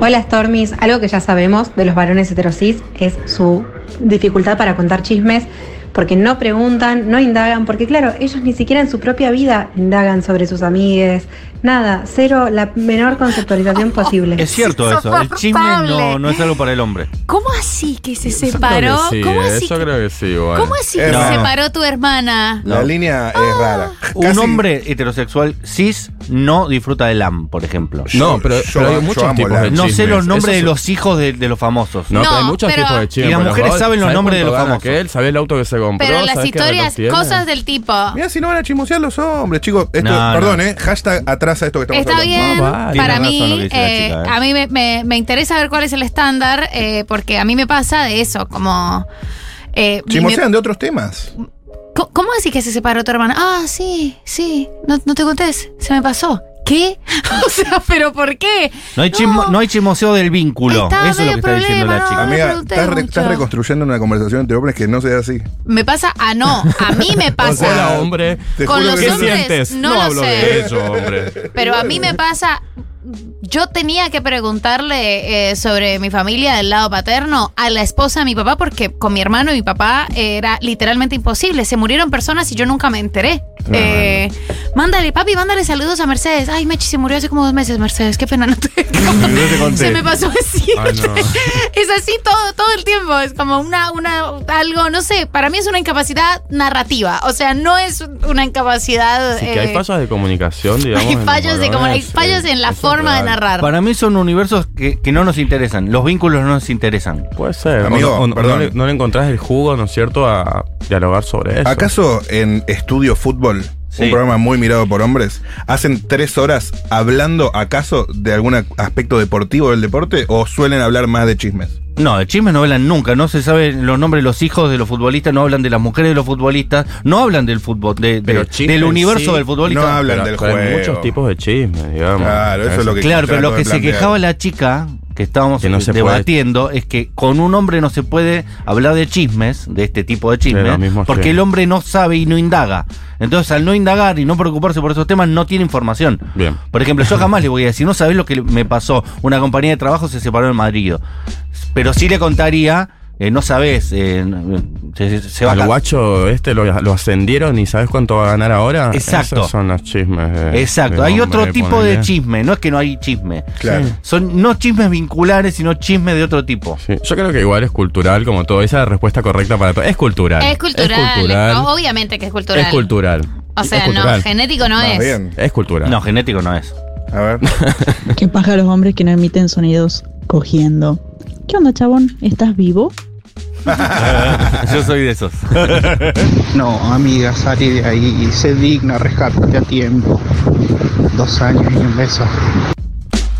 Speaker 11: Hola Stormis, algo que ya sabemos de los varones heterosis es su dificultad para contar chismes, porque no preguntan, no indagan, porque claro, ellos ni siquiera en su propia vida indagan sobre sus amigues, nada, cero, la menor conceptualización posible.
Speaker 3: Es cierto eso, el chisme no, no es algo para el hombre.
Speaker 4: ¿Cómo así que se
Speaker 5: Yo creo
Speaker 4: separó?
Speaker 5: que sí,
Speaker 4: ¿Cómo
Speaker 5: eh,
Speaker 4: así
Speaker 5: Yo
Speaker 4: que,
Speaker 5: creo que sí, igual.
Speaker 4: ¿cómo así
Speaker 7: Es
Speaker 4: que
Speaker 3: raro.
Speaker 4: se separó tu hermana?
Speaker 7: La
Speaker 3: No.
Speaker 7: línea
Speaker 4: Ah,
Speaker 7: es rara.
Speaker 3: Un
Speaker 7: Casi-
Speaker 3: hombre heterosexual cis no disfruta del AM, por ejemplo.
Speaker 5: No, pero,
Speaker 7: Yo-
Speaker 5: pero
Speaker 7: yo
Speaker 5: hay
Speaker 7: amo
Speaker 5: muchos tipos
Speaker 7: la-
Speaker 5: de
Speaker 3: No sé
Speaker 5: chismes.
Speaker 3: los nombres
Speaker 5: Esos
Speaker 3: de
Speaker 5: son-
Speaker 3: los hijos de, de los famosos.
Speaker 5: No, pero hay
Speaker 4: No,
Speaker 5: muchos
Speaker 4: pero-
Speaker 5: tipos de chismes.
Speaker 3: Y las
Speaker 5: Los
Speaker 3: mujeres
Speaker 5: varones-
Speaker 3: saben los
Speaker 5: ¿sabes
Speaker 3: nombres de
Speaker 5: cuánto
Speaker 3: los
Speaker 5: gana
Speaker 3: famosos?
Speaker 5: aquel? ¿Sabes el auto que se compró?
Speaker 4: Pero las
Speaker 5: ¿Sabes qué
Speaker 4: historias,
Speaker 5: reloj tiene?
Speaker 4: cosas del tipo.
Speaker 7: Mirá si no van a chismosear los hombres, chicos. Esto,
Speaker 3: No,
Speaker 7: perdón, ¿eh? Hashtag atrasa esto que estamos
Speaker 4: Está
Speaker 7: hablando.
Speaker 4: bien,
Speaker 5: No, vale.
Speaker 4: para
Speaker 3: Tiene razón lo que
Speaker 4: mí,
Speaker 3: dice la
Speaker 4: eh,
Speaker 3: chica, eh.
Speaker 4: a mí me, me- me interesa ver cuál es el estándar, eh, porque a mí me pasa de eso, como... eh, me-
Speaker 7: Chismosean de otros temas.
Speaker 4: Co- ¿Cómo decís que se separó tu hermana? Ah, sí, sí, no, no te contés, se me pasó. ¿Qué? o sea, ¿pero por qué?
Speaker 3: No hay, chismo- no hay chismoseo del vínculo.
Speaker 4: Está
Speaker 3: Eso es lo que
Speaker 4: medio
Speaker 3: está diciendo la
Speaker 4: problema,
Speaker 3: chica.
Speaker 4: no Ah, me
Speaker 7: Amiga,
Speaker 4: pregunté
Speaker 7: estás, re-
Speaker 4: mucho.
Speaker 7: estás reconstruyendo una conversación entre hombres que no sea así.
Speaker 4: Me pasa, ah, no, a mí me
Speaker 7: O sea,
Speaker 4: pasa.
Speaker 5: Hola, hombre.
Speaker 7: Te
Speaker 4: Con
Speaker 7: juro
Speaker 4: los
Speaker 7: que
Speaker 5: ¿Qué
Speaker 7: sí.
Speaker 4: hombres,
Speaker 5: sientes?
Speaker 4: no lo
Speaker 5: hablo
Speaker 4: sé.
Speaker 5: de eso, hombre.
Speaker 4: pero a mí me pasa, yo tenía que preguntarle eh, sobre mi familia del lado paterno a la esposa de mi papá, porque con mi hermano y mi papá era literalmente imposible. Se murieron personas y yo nunca me enteré. Eh, mándale, papi, mándale saludos a Mercedes. Ay, Mechi se murió hace como dos meses, Mercedes. Qué pena, no te,
Speaker 7: te conté.
Speaker 4: Se me pasó así.
Speaker 5: Ay, no.
Speaker 4: Es así todo, todo el tiempo. Es como una, una, algo, no sé, para mí es una incapacidad narrativa. O sea, no es una incapacidad.
Speaker 5: Así que hay
Speaker 4: eh,
Speaker 5: fallos de comunicación, digamos.
Speaker 4: hay
Speaker 5: en los
Speaker 4: fallos, de, como, hay
Speaker 5: varones,
Speaker 4: fallos
Speaker 5: eh,
Speaker 4: en la
Speaker 5: eso es
Speaker 4: forma de
Speaker 5: real.
Speaker 4: narrar.
Speaker 3: Para mí son universos que, que no nos interesan. Los vínculos no nos interesan.
Speaker 5: Puede ser.
Speaker 7: Amigo,
Speaker 5: O no- o no-
Speaker 7: perdón.
Speaker 5: No, le, no le encontrás el jugo, ¿no es cierto?, a dialogar sobre eso.
Speaker 7: ¿Acaso en Estudio Fútbol,
Speaker 3: Sí.
Speaker 7: un programa muy mirado por hombres, hacen tres horas hablando acaso de algún aspecto deportivo del deporte o suelen hablar más de chismes?
Speaker 3: No, de chismes no hablan nunca. No se saben los nombres de los hijos de los futbolistas, no hablan de las mujeres de los futbolistas, no hablan del fútbol, de- de-
Speaker 5: Pero chismes
Speaker 3: del
Speaker 5: en
Speaker 3: universo
Speaker 5: sí,
Speaker 3: del futbolista.
Speaker 7: no hablan
Speaker 5: Pero-
Speaker 7: del
Speaker 5: pero
Speaker 7: juego.
Speaker 5: Hay muchos tipos de chismes, digamos.
Speaker 7: Claro, eso es lo que
Speaker 3: Claro, pero
Speaker 7: trato
Speaker 3: lo
Speaker 7: de
Speaker 3: que se
Speaker 7: plantear.
Speaker 3: quejaba la chica que estábamos
Speaker 5: Que no se puede.
Speaker 3: debatiendo es que con un hombre no se puede hablar de chismes, de este tipo de
Speaker 5: De
Speaker 3: chismes,
Speaker 5: los mismos
Speaker 3: porque
Speaker 5: temas.
Speaker 3: el hombre no sabe y no indaga. Entonces, al no indagar y no preocuparse por esos temas, no tiene información.
Speaker 5: Bien.
Speaker 3: Por ejemplo, yo jamás le voy a decir, no sabés lo que me pasó. Una compañía de trabajo se separó en Madrid. Pero sí le contaría, eh, no sabés, eh, se, se- se va a
Speaker 5: Al
Speaker 3: ca-
Speaker 5: guacho este lo, lo ascendieron y ¿sabes cuánto va a ganar ahora?
Speaker 3: Exacto.
Speaker 5: Esos son los chismes. de-
Speaker 3: Exacto,
Speaker 5: eh, de
Speaker 3: hay
Speaker 5: hombre,
Speaker 3: otro tipo de
Speaker 5: ponele.
Speaker 3: chisme, no es que no hay chisme.
Speaker 7: Claro.
Speaker 3: Son no chismes vinculares, sino chismes de otro tipo.
Speaker 5: Sí, Yo creo que igual es cultural, como todo. Esa es la respuesta correcta para todo. Es cultural.
Speaker 4: es cultural,
Speaker 5: Es cultural.
Speaker 4: ¿no? obviamente que es cultural.
Speaker 5: Es cultural.
Speaker 4: O sea,
Speaker 5: Es cultural.
Speaker 4: no, genético no
Speaker 7: Más
Speaker 4: es.
Speaker 7: bien.
Speaker 5: Es cultural.
Speaker 3: No, genético no es.
Speaker 7: A ver.
Speaker 12: ¿Qué pasa a los hombres que no emiten sonidos cogiendo? ¿Qué onda, chabón? ¿Estás vivo?
Speaker 5: Ah.
Speaker 3: Yo soy de esos.
Speaker 8: No, amiga, salí de ahí y sé digna, rescatate a tiempo. Dos años y un beso.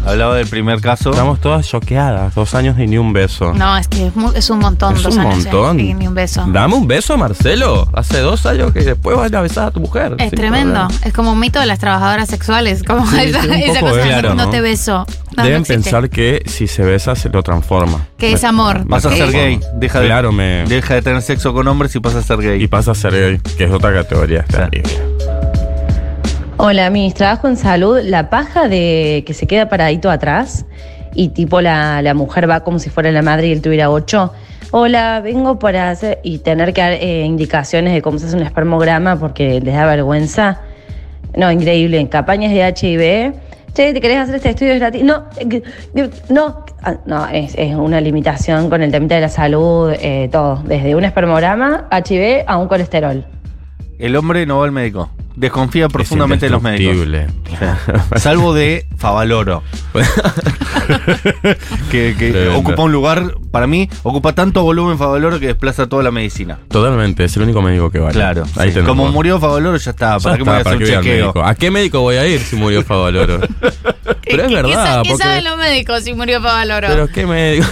Speaker 3: Hablaba del primer caso.
Speaker 5: Estamos todas choqueadas. Dos años y ni un beso.
Speaker 4: No, es que es, mu- es un montón.
Speaker 5: Es
Speaker 4: dos
Speaker 5: un
Speaker 4: años,
Speaker 5: montón.
Speaker 4: sí, ni un beso.
Speaker 5: Dame un beso, Marcelo. Hace dos años que después vas a besar a tu mujer.
Speaker 4: Es
Speaker 5: Sí,
Speaker 4: tremendo.
Speaker 5: ¿verdad?
Speaker 4: Es como un mito de las trabajadoras sexuales. Como
Speaker 5: Sí,
Speaker 4: esa,
Speaker 5: sí, un
Speaker 4: esa
Speaker 5: poco
Speaker 4: cosa
Speaker 5: de-
Speaker 4: de
Speaker 5: claro,
Speaker 4: no,
Speaker 5: ¿no?
Speaker 4: te beso. No, no
Speaker 5: Deben
Speaker 4: existe.
Speaker 5: pensar que si se besa se lo transforma.
Speaker 4: Que es amor.
Speaker 3: Vas a
Speaker 4: Sí.
Speaker 3: ser gay. Deja de,
Speaker 5: Claro, me.
Speaker 3: deja de tener sexo con hombres y vas a ser
Speaker 5: Y
Speaker 3: gay.
Speaker 5: pasa a ser gay, que es otra categoría. Está bien.
Speaker 13: Hola, mis trabajo en salud, la paja de que se queda paradito atrás y tipo la, la mujer va como si fuera la madre y él tuviera ocho. Hola, vengo para hacer y tener que dar eh, indicaciones de cómo se hace un espermograma porque les da vergüenza. No, increíble, en campañas de HIV. Che, ¿te querés hacer este estudio gratis? No, eh, que- que- no, Ah, no, es, es una limitación con el temita de la salud, eh, todo, desde un espermograma, HIV a un colesterol.
Speaker 3: El hombre no va al médico. Desconfía profundamente de los médicos.
Speaker 5: Indestructible.
Speaker 3: Salvo de Favaloro. que que
Speaker 5: Tremendo.
Speaker 3: ocupa un lugar, para mí, ocupa tanto volumen Favaloro que desplaza toda la medicina.
Speaker 5: Totalmente, es el único médico que vale.
Speaker 3: Claro.
Speaker 5: Ahí
Speaker 3: Sí.
Speaker 5: tenemos.
Speaker 3: Como murió Favaloro, ya está.
Speaker 5: Ya
Speaker 3: ¿Para qué me voy a
Speaker 5: está,
Speaker 3: hacer un
Speaker 5: ¿para qué voy al
Speaker 3: chequeo?
Speaker 5: médico? ¿A qué médico voy a ir si murió Favaloro? Pero es
Speaker 4: ¿Qué, sa-
Speaker 5: verdad,
Speaker 4: qué
Speaker 5: porque-
Speaker 4: saben los médicos si murió Pavaloro?
Speaker 5: Pero qué médico.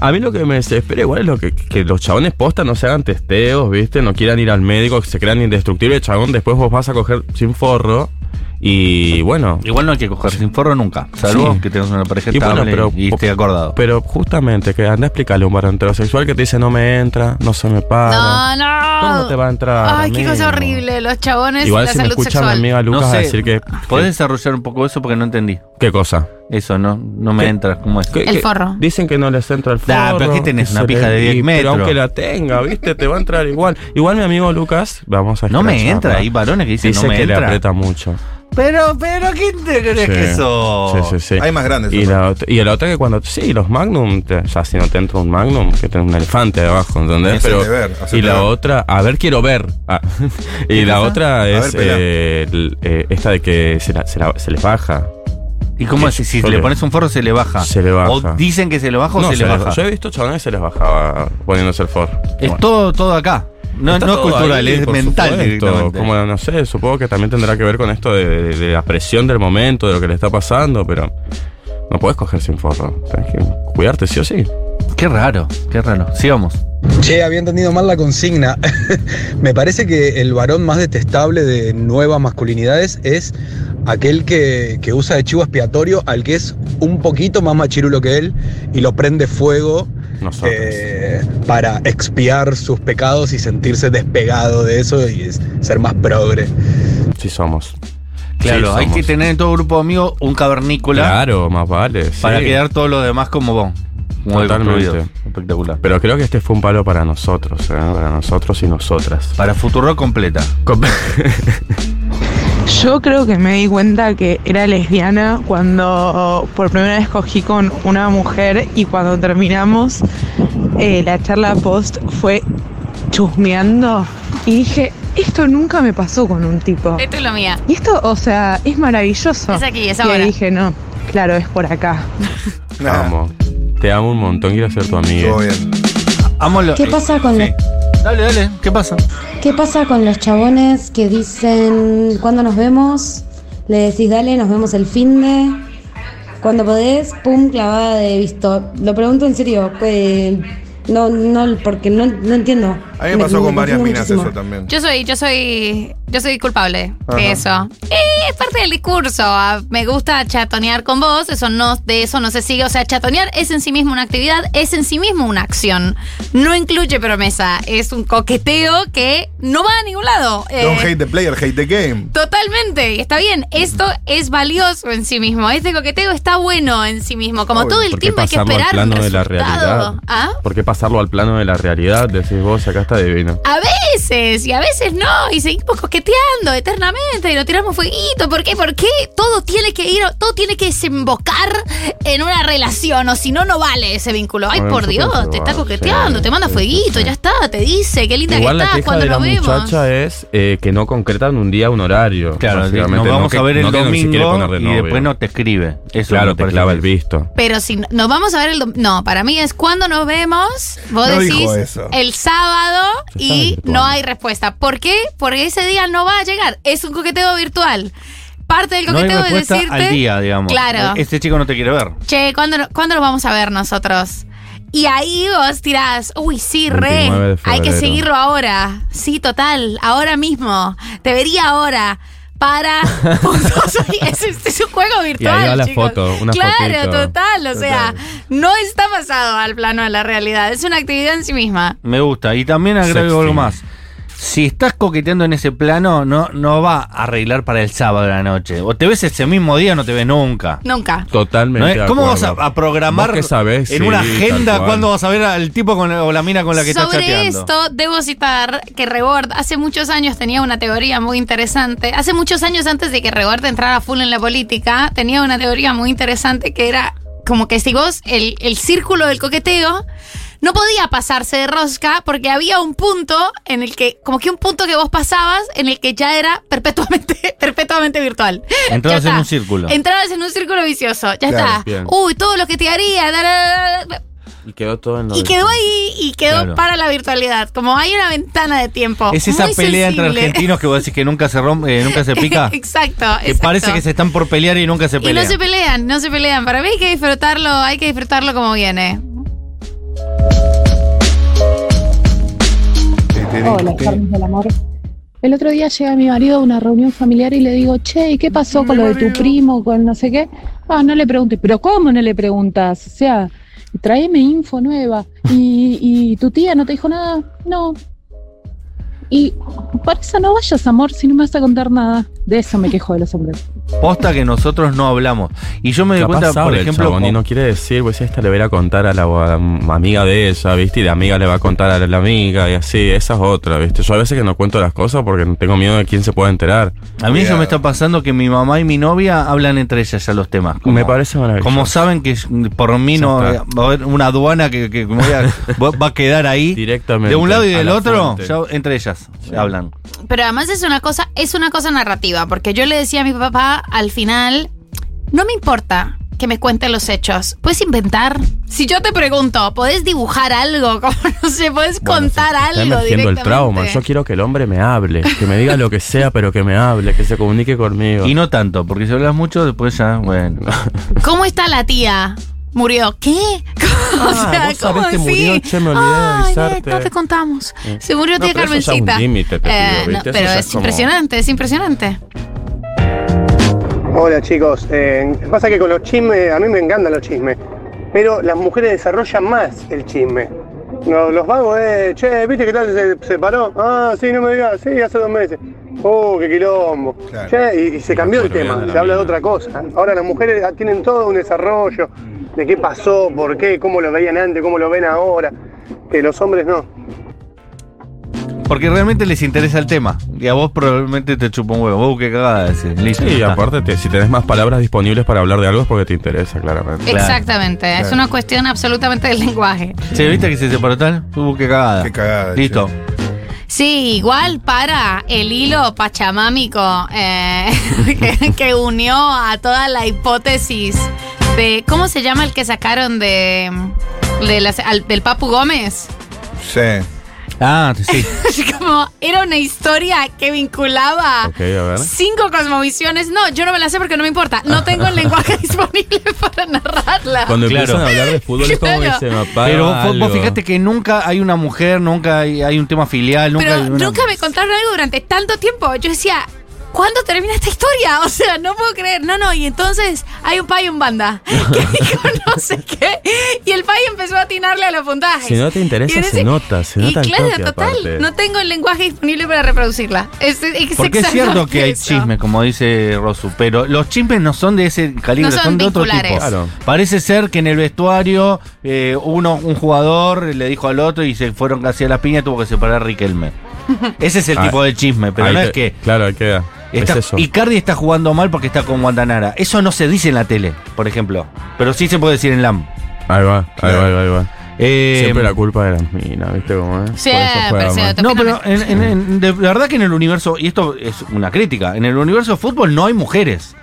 Speaker 5: A mí lo que me desespera igual es lo que, que los chabones posta no se hagan testeos, ¿viste? No quieran ir al médico, que se crean indestructibles. Chabón, después vos vas a coger sin forro y bueno.
Speaker 3: Igual no hay que coger sin forro nunca. Salvo que tengas una pareja
Speaker 5: Y bueno,
Speaker 3: estable
Speaker 5: pero-
Speaker 3: y esté acordado.
Speaker 5: Pero justamente, que anda a explicarle a un varón heterosexual que te dice no me entra, no se me para.
Speaker 4: No, no.
Speaker 5: ¿Cómo te va a entrar?
Speaker 4: Ay, qué cosa
Speaker 5: amigo?
Speaker 4: horrible. Los chabones y
Speaker 5: Igual
Speaker 4: la
Speaker 5: si me
Speaker 4: salud
Speaker 5: escucha mi
Speaker 4: sexual.
Speaker 5: amiga Lucas
Speaker 3: No
Speaker 5: a
Speaker 3: sé,
Speaker 5: decir que.
Speaker 3: ¿Podés desarrollar un poco eso? Porque no entendí.
Speaker 5: ¿Qué cosa?
Speaker 3: Eso, no, no me
Speaker 5: ¿Qué?
Speaker 3: entra. ¿Cómo es?
Speaker 5: que-
Speaker 4: El
Speaker 5: que
Speaker 4: forro.
Speaker 5: Dicen que no les entra el forro.
Speaker 3: Da, pero ¿qué tenés?
Speaker 5: que
Speaker 3: Una
Speaker 5: se
Speaker 3: pija
Speaker 5: le-
Speaker 3: de 10
Speaker 5: y-
Speaker 3: metros.
Speaker 5: Pero aunque la tenga, ¿viste? Te va a entrar igual. Igual mi amigo Lucas, vamos a
Speaker 3: No me
Speaker 5: escracharla.
Speaker 3: entra, hay varones que dicen,
Speaker 5: Dice
Speaker 3: "No me
Speaker 5: que le
Speaker 3: entra".
Speaker 5: aprieta mucho.
Speaker 3: Pero, pero, ¿qué te crees
Speaker 5: Sí.
Speaker 3: que eso?
Speaker 5: Sí, sí, sí.
Speaker 7: Hay más grandes.
Speaker 5: Y
Speaker 7: eso.
Speaker 5: la, ot- y la otra que cuando. Sí, los Magnum. te- o sea, si no te entra un Magnum, que tenés un elefante ahí abajo, ¿entendés?
Speaker 7: Hacete
Speaker 5: Pero,
Speaker 7: ver, hacete
Speaker 5: y la
Speaker 7: ver.
Speaker 5: otra. A ver, quiero ver. Ah, y la otra
Speaker 7: ver,
Speaker 5: es
Speaker 7: pelá.
Speaker 5: eh, el- eh, esta de que se, la- se la- se les baja.
Speaker 3: ¿Y cómo es? Si
Speaker 5: Yo
Speaker 3: le
Speaker 5: le-
Speaker 3: pones un forro, se le baja.
Speaker 5: Se le baja.
Speaker 3: O dicen que se le baja o
Speaker 5: No,
Speaker 3: se, le
Speaker 5: les-
Speaker 3: baja.
Speaker 5: Yo he visto chavales que se les bajaba poniéndose el forro.
Speaker 3: Es todo, todo acá. No,
Speaker 5: Está
Speaker 3: no es
Speaker 5: todo
Speaker 3: cultural,
Speaker 5: ahí,
Speaker 3: es
Speaker 5: por
Speaker 3: mental
Speaker 5: supuesto.
Speaker 3: directamente.
Speaker 5: Como, no sé, supongo que también tendrá que ver con esto de, de- de la presión del momento, de lo que le está pasando, pero no puedes coger sin forro. Tienes que cuidarte, sí o sí.
Speaker 3: Qué raro, qué raro. Sigamos.
Speaker 6: Che, había entendido mal la consigna. Me parece que el varón más detestable de nuevas masculinidades es aquel que, que usa de chivo expiatorio al que es un poquito más machirulo que él y lo prende fuego
Speaker 5: Nosotros.
Speaker 6: eh, para expiar sus pecados y sentirse despegado de eso y es- ser más progre.
Speaker 5: Sí somos.
Speaker 3: Claro,
Speaker 5: Sí
Speaker 3: hay
Speaker 5: somos.
Speaker 3: que tener en todo grupo de amigos un cavernícola
Speaker 5: Claro, más vale. sí.
Speaker 3: para quedar todos los demás como vos. Como
Speaker 5: Totalmente.
Speaker 3: deconstruidos. Espectacular.
Speaker 5: Pero creo que este fue un palo para nosotros, ¿eh? para nosotros y nosotras.
Speaker 3: Para Futuro completa.
Speaker 14: Yo creo que me di cuenta que era lesbiana cuando por primera vez cogí con una mujer y cuando terminamos eh, la charla post fue chusmeando y dije, esto nunca me pasó con un tipo.
Speaker 4: Esto es lo mía.
Speaker 14: Y esto, o sea, es maravilloso.
Speaker 4: Es aquí, es
Speaker 14: Y ahí
Speaker 4: ahora.
Speaker 14: dije, no, claro, es por acá.
Speaker 5: Amo. Te amo un montón, quiero ser tu amigo.
Speaker 7: Todo bien.
Speaker 3: Vámonos.
Speaker 15: ¿Qué pasa con
Speaker 3: Sí. Dale, dale, ¿qué pasa?
Speaker 15: ¿Qué pasa con los chabones que dicen cuándo nos vemos? Le decís, dale, nos vemos el fin de. Cuando podés, pum, clavada de visto. Lo pregunto en serio, eh, no, no, porque no, no entiendo.
Speaker 7: A mí me pasó con varias
Speaker 15: confunde
Speaker 7: minas
Speaker 15: muchísimo.
Speaker 7: eso también.
Speaker 4: Yo soy, yo soy, yo soy culpable
Speaker 7: Ajá.
Speaker 4: de eso. Y es parte del discurso. Ah, Me gusta chatonear con vos, eso no, de eso no se sigue. O sea, chatonear es en sí mismo una actividad, es en sí mismo una acción. No incluye promesa, es un coqueteo que no va a ningún lado. Eh,
Speaker 7: Don't hate the player, hate the game.
Speaker 4: Totalmente, y está bien. Esto es valioso en sí mismo. Este coqueteo está bueno en sí mismo. Como
Speaker 7: Obvio,
Speaker 4: todo el
Speaker 5: ¿Por qué
Speaker 4: tiempo hay que
Speaker 5: pasarlo al
Speaker 4: esperar
Speaker 5: plano
Speaker 4: un
Speaker 5: de la
Speaker 4: resultado.
Speaker 5: realidad?
Speaker 4: ¿Ah?
Speaker 5: ¿Por qué pasarlo al plano de la realidad? Decís vos, acá está divino.
Speaker 4: A veces, y a veces no, y seguimos coqueteando eternamente, y nos tiramos fueguito, ¿por qué? ¿Por qué? Todo tiene que ir, todo tiene que desembocar en una relación, o si no, no vale ese vínculo. Ay,
Speaker 5: Bueno,
Speaker 4: por
Speaker 5: yo
Speaker 4: Dios,
Speaker 5: pienso
Speaker 4: te está
Speaker 5: igual,
Speaker 4: coqueteando,
Speaker 5: sí,
Speaker 4: te manda
Speaker 5: sí,
Speaker 4: fueguito,
Speaker 5: sí, sí.
Speaker 4: ya está, te dice, qué linda
Speaker 5: Igual
Speaker 4: que
Speaker 5: la
Speaker 4: estás
Speaker 5: queja
Speaker 4: cuando
Speaker 5: de la
Speaker 4: nos vemos.
Speaker 5: muchacha es eh, que no concretan un día, un horario.
Speaker 3: Claro, nos
Speaker 5: básicamente. No
Speaker 3: vamos
Speaker 5: que-
Speaker 3: a ver el
Speaker 5: no que no se quiere
Speaker 3: domingo
Speaker 5: poner de
Speaker 3: y después
Speaker 5: novio.
Speaker 3: no te escribe. Eso
Speaker 5: Claro,
Speaker 3: me
Speaker 5: te
Speaker 3: parece
Speaker 5: clava
Speaker 3: que-
Speaker 5: el visto.
Speaker 4: Pero si no- nos vamos a ver el dom- No, para mí es cuando nos vemos, vos
Speaker 7: No
Speaker 4: decís
Speaker 7: dijo eso.
Speaker 4: el sábado
Speaker 5: Se está
Speaker 4: y
Speaker 5: virtual.
Speaker 4: no hay respuesta. ¿Por qué? Porque ese día no va a llegar. Es un coqueteo virtual. Parte del
Speaker 3: No hay
Speaker 4: coqueteo es
Speaker 3: respuesta
Speaker 4: decirte.
Speaker 3: al día, digamos.
Speaker 4: Claro.
Speaker 3: Este chico no te quiere ver.
Speaker 4: Che, ¿cuándo, no- ¿cuándo nos vamos a ver nosotros? Y ahí vos tirás, uy, sí, re,
Speaker 5: 29 de
Speaker 4: hay que
Speaker 5: febrero.
Speaker 4: seguirlo ahora. Sí, total, ahora mismo. Te vería ahora. Para. es, es- es un juego virtual.
Speaker 5: ahí va la
Speaker 4: chicos.
Speaker 5: foto, una
Speaker 4: Claro,
Speaker 5: fotito.
Speaker 4: total. O sea, no está pasado al plano de la realidad. Es una actividad en sí misma.
Speaker 3: Me gusta. Y también agrego
Speaker 5: Sexting.
Speaker 3: algo más. Si estás coqueteando en ese plano, no, no va a arreglar para el sábado de la noche. O te ves ese mismo día o no te ves nunca.
Speaker 4: Nunca.
Speaker 3: ¿No
Speaker 5: Totalmente.
Speaker 3: es?
Speaker 5: de
Speaker 3: ¿Cómo vas a,
Speaker 5: acuerdo.
Speaker 3: a programar
Speaker 5: Vos que sabés,
Speaker 3: en
Speaker 5: sí,
Speaker 3: una
Speaker 5: tal
Speaker 3: agenda
Speaker 5: cual.
Speaker 3: cuándo vas a ver al tipo con la- o la mina con la que estás
Speaker 4: Sobre
Speaker 3: chateando?
Speaker 4: esto, debo citar que Rebord hace muchos años tenía una teoría muy interesante. Hace muchos años antes de que Rebord entrara full en la política, tenía una teoría muy interesante que era como que si vos, el, el círculo del coqueteo, no podía pasarse de rosca porque había un punto en el que, como que un punto que vos pasabas en el que ya era perpetuamente, perpetuamente virtual.
Speaker 3: Entrabas
Speaker 4: Ya
Speaker 3: en
Speaker 4: está.
Speaker 3: un círculo.
Speaker 4: Entrabas en un círculo vicioso. Ya
Speaker 7: Claro,
Speaker 4: está.
Speaker 5: bien.
Speaker 4: Uy, todo lo que te haría. da, da, da, da.
Speaker 5: Y quedó todo en lo
Speaker 4: Y
Speaker 5: de-
Speaker 4: quedó ahí y quedó
Speaker 3: Claro.
Speaker 4: para la virtualidad. Como hay una ventana de tiempo.
Speaker 3: Es esa
Speaker 4: muy
Speaker 3: pelea entre
Speaker 4: sensible.
Speaker 3: argentinos que vos decís que nunca se rompe, eh, nunca se pica. que
Speaker 4: exacto, exacto.
Speaker 3: parece que se están por pelear y nunca se
Speaker 4: Y
Speaker 3: pelean.
Speaker 4: no se pelean, no se pelean. Para mí hay que disfrutarlo, hay que disfrutarlo como viene.
Speaker 7: tiene-
Speaker 16: Hola,
Speaker 7: tiene-
Speaker 16: Carlos del Amor. El otro día llega mi marido a una reunión familiar y le digo, che, ¿y qué pasó con lo de tu primo, con no sé qué? Ah, no le preguntes. ¿Pero cómo no le preguntas? O sea, tráeme info nueva. ¿Y, y tu tía no te dijo nada? No. Y por eso no vayas, amor, si no me vas a contar nada. De eso me quejo de los hombres.
Speaker 3: Posta que nosotros no hablamos. Y yo me doy
Speaker 5: Capaz
Speaker 3: cuenta,
Speaker 5: sabe
Speaker 3: por
Speaker 5: el
Speaker 3: ejemplo,
Speaker 5: chabón y
Speaker 3: con-
Speaker 5: no quiere decir, pues esta le va a ir a contar a la, a la amiga de ella, ¿viste? Y la amiga le va a contar a la amiga y así, esa es otra, ¿viste? Yo a veces que no cuento las cosas porque tengo miedo de quién se pueda enterar.
Speaker 3: a mí eso me está pasando que mi mamá y mi novia hablan entre ellas ya los temas.
Speaker 5: Me parece maravilloso.
Speaker 3: Como saben que por mí no eh,
Speaker 5: Ya
Speaker 3: va
Speaker 5: está.
Speaker 3: a haber una aduana que, que me voy a- va- va a quedar ahí. Directamente. De un lado y
Speaker 5: a
Speaker 3: del
Speaker 5: la
Speaker 3: otro,
Speaker 5: fuente.
Speaker 3: ya entre ellas hablan.
Speaker 4: Pero además es una cosa, es una cosa narrativa, porque yo le decía a mi papá al final, no me importa que me cuente los hechos, puedes inventar. Si yo te pregunto, podés dibujar algo, como no sé, podés contar
Speaker 5: Está
Speaker 4: algo
Speaker 5: emergiendo el
Speaker 4: directamente.
Speaker 5: trauma. Yo quiero que el hombre me hable, que me diga lo que sea, pero que me hable, que se comunique conmigo.
Speaker 3: Y no tanto, porque si hablas mucho, después ya, bueno.
Speaker 4: ¿Cómo está la tía? Murió. ¿Qué? o sea,
Speaker 5: Ah, vos sabés
Speaker 4: ¿cómo
Speaker 5: que
Speaker 4: así?
Speaker 5: murió, che, me olvidé de
Speaker 4: Ay, ne,
Speaker 5: avisarte.
Speaker 4: no te contamos.
Speaker 5: Eh.
Speaker 4: Se murió
Speaker 5: No,
Speaker 4: tía
Speaker 5: pero eso ya es un
Speaker 4: Carmencita.
Speaker 5: límite, te
Speaker 4: Eh,
Speaker 5: digo,
Speaker 4: no,
Speaker 5: ¿viste? Eso
Speaker 4: pero
Speaker 5: ya
Speaker 4: es
Speaker 5: es como-
Speaker 4: impresionante, es impresionante.
Speaker 17: Hola chicos, Eh, pasa que con los chismes, a mí me encantan los chismes, pero las mujeres desarrollan más el chisme. No, los vagos eh, che, ¿viste que tal se separó? Ah, sí, no me digas, sí, hace dos meses. Oh, qué quilombo. Che, y, y se cambió el tema, se habla de otra cosa. Ahora las mujeres ah, tienen todo un desarrollo de qué pasó, por qué, cómo lo veían antes, cómo lo ven ahora, que los hombres no.
Speaker 3: Porque realmente les interesa el tema. Y a vos probablimente te chupa un huevo. Uh, qué cagada decís. Listo.
Speaker 5: Sí,
Speaker 3: ya está.
Speaker 5: aparte, te- si tenés más palabras disponibles para hablar de algo es porque te interesa, claramente.
Speaker 4: Exactamente, es
Speaker 5: Claro.
Speaker 4: una cuestión absolutamente del lenguaje.
Speaker 3: Che, ¿viste que se separó tal? Uh, qué cagada. Qué
Speaker 7: cagada.
Speaker 3: Listo.
Speaker 4: Sí, igual para el hilo pachamámico eh, que, que unió a toda la hipótesis de. ¿Cómo se llama el que sacaron de, de las- al- del Papu Gómez?
Speaker 7: Sí.
Speaker 3: Ah, sí.
Speaker 4: Es como, era una historia que vinculaba
Speaker 5: Ok, a ver.
Speaker 4: cinco cosmovisiones. No, yo no me la sé porque no me importa. No tengo el lenguaje disponible para narrarla.
Speaker 5: Cuando empiezan a hablar de fútbol es como que
Speaker 4: Claro.
Speaker 5: se me apaga
Speaker 3: Pero vos- vos,
Speaker 5: algo.
Speaker 3: fíjate que nunca hay una mujer, nunca hay, hay un tema filial, nunca
Speaker 4: Pero
Speaker 3: hay una-
Speaker 4: nunca me contaron algo durante tanto tiempo. Yo decía, ¿cuándo termina esta historia? O sea, no puedo creer. No, no, y entonces hay un pay y un banda. Que dijo no sé qué. Y el pay empezó a atinarle a los puntajes.
Speaker 5: Si no te
Speaker 4: Y en
Speaker 5: interesa,
Speaker 4: ese-
Speaker 5: se nota, se
Speaker 4: Y
Speaker 5: nota el
Speaker 4: claro,
Speaker 5: toque,
Speaker 4: total,
Speaker 5: aparte.
Speaker 4: no tengo el lenguaje disponible para reproducirla. Es, es
Speaker 3: Porque es
Speaker 4: exactamente
Speaker 3: cierto que hay
Speaker 4: eso.
Speaker 3: chismes, como dice Rosu, pero los chismes no son de ese calibre,
Speaker 4: No son
Speaker 3: son, de otro
Speaker 4: vinculares.
Speaker 3: tipo.
Speaker 4: Claro.
Speaker 3: Parece ser que en el vestuario eh, uno, un jugador le dijo al otro y se fueron casi a la piña, tuvo que separar a Riquelme. Ese es el
Speaker 5: Ah,
Speaker 3: tipo de chisme, pero
Speaker 5: ahí
Speaker 3: no
Speaker 5: te-
Speaker 3: es que
Speaker 5: Claro, ahí queda.
Speaker 3: Está-
Speaker 5: es eso.
Speaker 3: Icardi está jugando mal porque está con Guantanara. Eso no se dice en la tele, por ejemplo. Pero sí se puede decir en LAM.
Speaker 5: Ahí va, ahí va, ahí va, ahí va.
Speaker 3: Eh,
Speaker 5: Siempre la culpa de las minas, ¿viste cómo es? Por eso juegan mal.
Speaker 3: No, pero en- en- en- de la verdad que en el universo, y esto es una crítica, en el universo de fútbol no hay mujeres.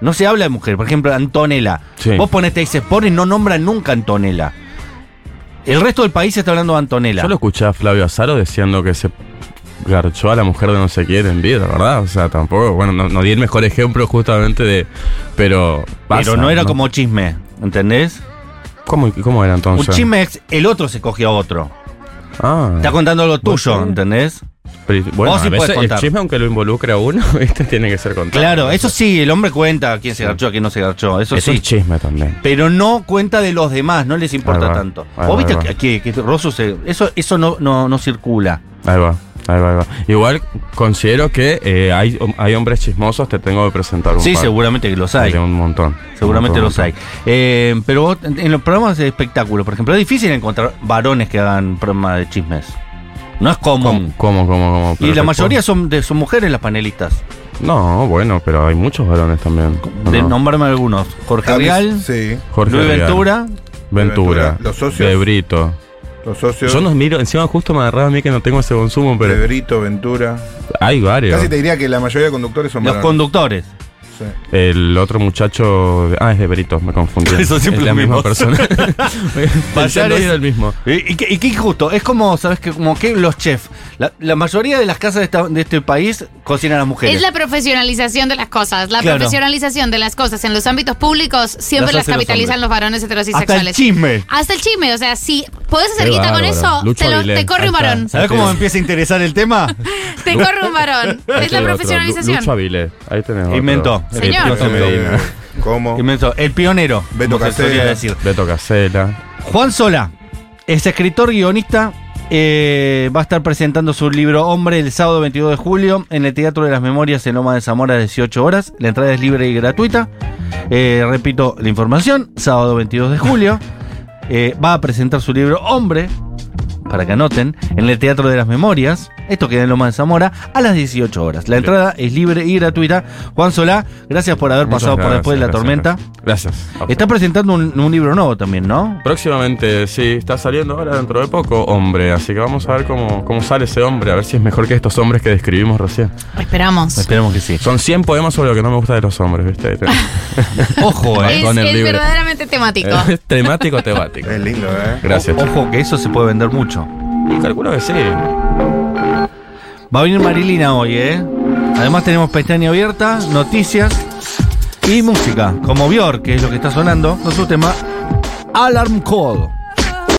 Speaker 3: No se habla de mujeres. Por ejemplo, Antonella.
Speaker 5: Sí.
Speaker 3: Vos ponés Teis Sport y no nombran nunca Antonella. El resto del país está hablando de Antonella.
Speaker 5: Yo lo escuché a Flavio Azaro diciendo que se garchó a la mujer de no sé quién en vida, la verdad. O sea, tampoco, bueno, no, no di el mejor ejemplo justamente de. Pero.
Speaker 3: pero no era como chisme, ¿entendés?
Speaker 5: ¿Cómo, cómo era entonces?
Speaker 3: Un chisme es el otro se cogió a otro.
Speaker 5: Ah.
Speaker 3: Está contando lo tuyo,
Speaker 5: sí.
Speaker 3: ¿entendés?
Speaker 5: Pero, bueno,
Speaker 3: Vos sí
Speaker 5: a veces
Speaker 3: podés contar.
Speaker 5: el chisme, aunque lo involucre a uno, ¿viste? Tiene que ser contado.
Speaker 3: Claro, eso sí, el hombre cuenta quién se
Speaker 5: Sí.
Speaker 3: garchó, quién no se garchó. Eso,
Speaker 5: Eso
Speaker 3: sí.
Speaker 5: es chisme también.
Speaker 3: pero no cuenta de los demás, no les importa
Speaker 5: Ahí va,
Speaker 3: tanto.
Speaker 5: ahí
Speaker 3: ¿Vos
Speaker 5: va,
Speaker 3: viste
Speaker 5: ahí va.
Speaker 3: que, que, que Rosso se- Eso, eso no, no, no circula.
Speaker 5: Ahí va, ahí va, ahí va. Igual considero que eh, hay, hay hombres chismosos, te tengo que presentar un
Speaker 3: Sí,
Speaker 5: par.
Speaker 3: seguramente que los hay.
Speaker 5: Tengo Un montón.
Speaker 3: Seguramente
Speaker 5: Un
Speaker 3: los
Speaker 5: montón.
Speaker 3: hay. Eh, pero vos, en en los programas de espectáculo, por ejemplo, es difícil encontrar varones que hagan programas de chismes. No es común.
Speaker 5: ¿Cómo, cómo, cómo?
Speaker 3: Y
Speaker 5: Pero
Speaker 3: la
Speaker 5: te
Speaker 3: mayoría son, de, son mujeres las panelistas.
Speaker 5: puedo- No, bueno, pero hay muchos varones también. ¿o
Speaker 3: De,
Speaker 5: no?
Speaker 3: nombrarme algunos. Jorge
Speaker 7: Javi-
Speaker 3: Real,
Speaker 7: Sí.
Speaker 5: Jorge
Speaker 3: Luis
Speaker 5: Real.
Speaker 3: Ventura.
Speaker 5: Ventura.
Speaker 7: Los socios.
Speaker 5: De Brito.
Speaker 7: Los socios.
Speaker 5: Yo no miro, encima justo me agarraba a mí que no tengo ese consumo, pero.
Speaker 7: De Brito, Ventura.
Speaker 5: Hay varios.
Speaker 7: Casi te diría que la mayoría de conductores son
Speaker 3: Los
Speaker 7: varones.
Speaker 3: conductores.
Speaker 5: El otro muchacho. Ah, es de Brito, me confundí.
Speaker 3: Eso siempre
Speaker 5: es la
Speaker 3: lo mismo.
Speaker 5: misma persona. Pensando
Speaker 3: Bayares-
Speaker 5: hoy era el mismo.
Speaker 3: Y, y qué- y qué injusto. Es como, ¿sabes qué? Como que los chefs. La, la mayoría de las casas de, esta- de este país cocinan a las mujeres.
Speaker 4: Es la profesionalización de las cosas. La
Speaker 3: Claro.
Speaker 4: profesionalización de las cosas en los ámbitos públicos siempre
Speaker 3: Las
Speaker 4: las,
Speaker 3: hacen los
Speaker 4: capitalizan
Speaker 3: hombres.
Speaker 4: los, varones heterosexuales.
Speaker 3: Hasta el chisme.
Speaker 4: Hasta el chisme, o sea, si podés hacer
Speaker 5: Qué
Speaker 4: guita con
Speaker 5: bárbaro.
Speaker 4: eso,
Speaker 5: Lucho
Speaker 4: te, lo-
Speaker 5: Avilés.
Speaker 4: te corre
Speaker 5: Ahí
Speaker 4: un
Speaker 5: está.
Speaker 4: varón.
Speaker 5: ¿Sabés cómo me
Speaker 3: empieza a interesar el tema?
Speaker 4: Te corre un varón. Es
Speaker 5: Ahí
Speaker 4: la
Speaker 5: tenés otro.
Speaker 4: profesionalización.
Speaker 5: Lucho Avilés. Ahí tenés otro.
Speaker 3: Inventó.
Speaker 4: Señor.
Speaker 5: Lucho Avilés.
Speaker 7: Eh, ¿Cómo?
Speaker 3: Inventó. El pionero.
Speaker 7: Beto
Speaker 3: como se solía
Speaker 7: Casella.
Speaker 3: decir.
Speaker 5: Beto Casella.
Speaker 3: Juan Sola es escritor, guionista. eh, va a estar presentando su libro Hombre el sábado 22 de julio en el Teatro de las Memorias en Loma de Zamora a 18 horas. La entrada es libre y gratuita. Eh, repito la información, sábado 22 de julio. Eh, va a presentar su libro Hombre, para que anoten, en el Teatro de las Memorias. Esto queda en Loma de Zamora a las 18 horas. La entrada es libre y gratuita. Juan Solá, gracias por haber
Speaker 5: Muchas
Speaker 3: pasado por
Speaker 5: gracias,
Speaker 3: después de la
Speaker 5: gracias,
Speaker 3: tormenta.
Speaker 5: Gracias.
Speaker 3: Está presentando un- un libro nuevo también, ¿no?
Speaker 5: Próximamente, sí, está saliendo ahora dentro de poco, hombre. Así que vamos a ver cómo, cómo sale ese hombre, a ver si es mejor que estos hombres que describimos recién.
Speaker 4: Esperamos.
Speaker 3: Esperemos que sí.
Speaker 5: Son 100 poemas sobre lo que no me gusta de los hombres, ¿viste? Ahí tenés.
Speaker 3: Ojo,
Speaker 5: Con-
Speaker 4: Es,
Speaker 5: con el
Speaker 4: es
Speaker 5: libro. Eh,
Speaker 4: verdaderamente temático.
Speaker 5: Es temático, temático.
Speaker 7: Es lindo, ¿eh?
Speaker 5: Gracias.
Speaker 3: Ojo, que eso se puede vender mucho.
Speaker 5: Y calculo que sí.
Speaker 3: Va a venir Marilina hoy, ¿eh? Además tenemos pestaña abierta, noticias y música. Como Bjork, que es lo que está sonando, con su tema Alarm Call.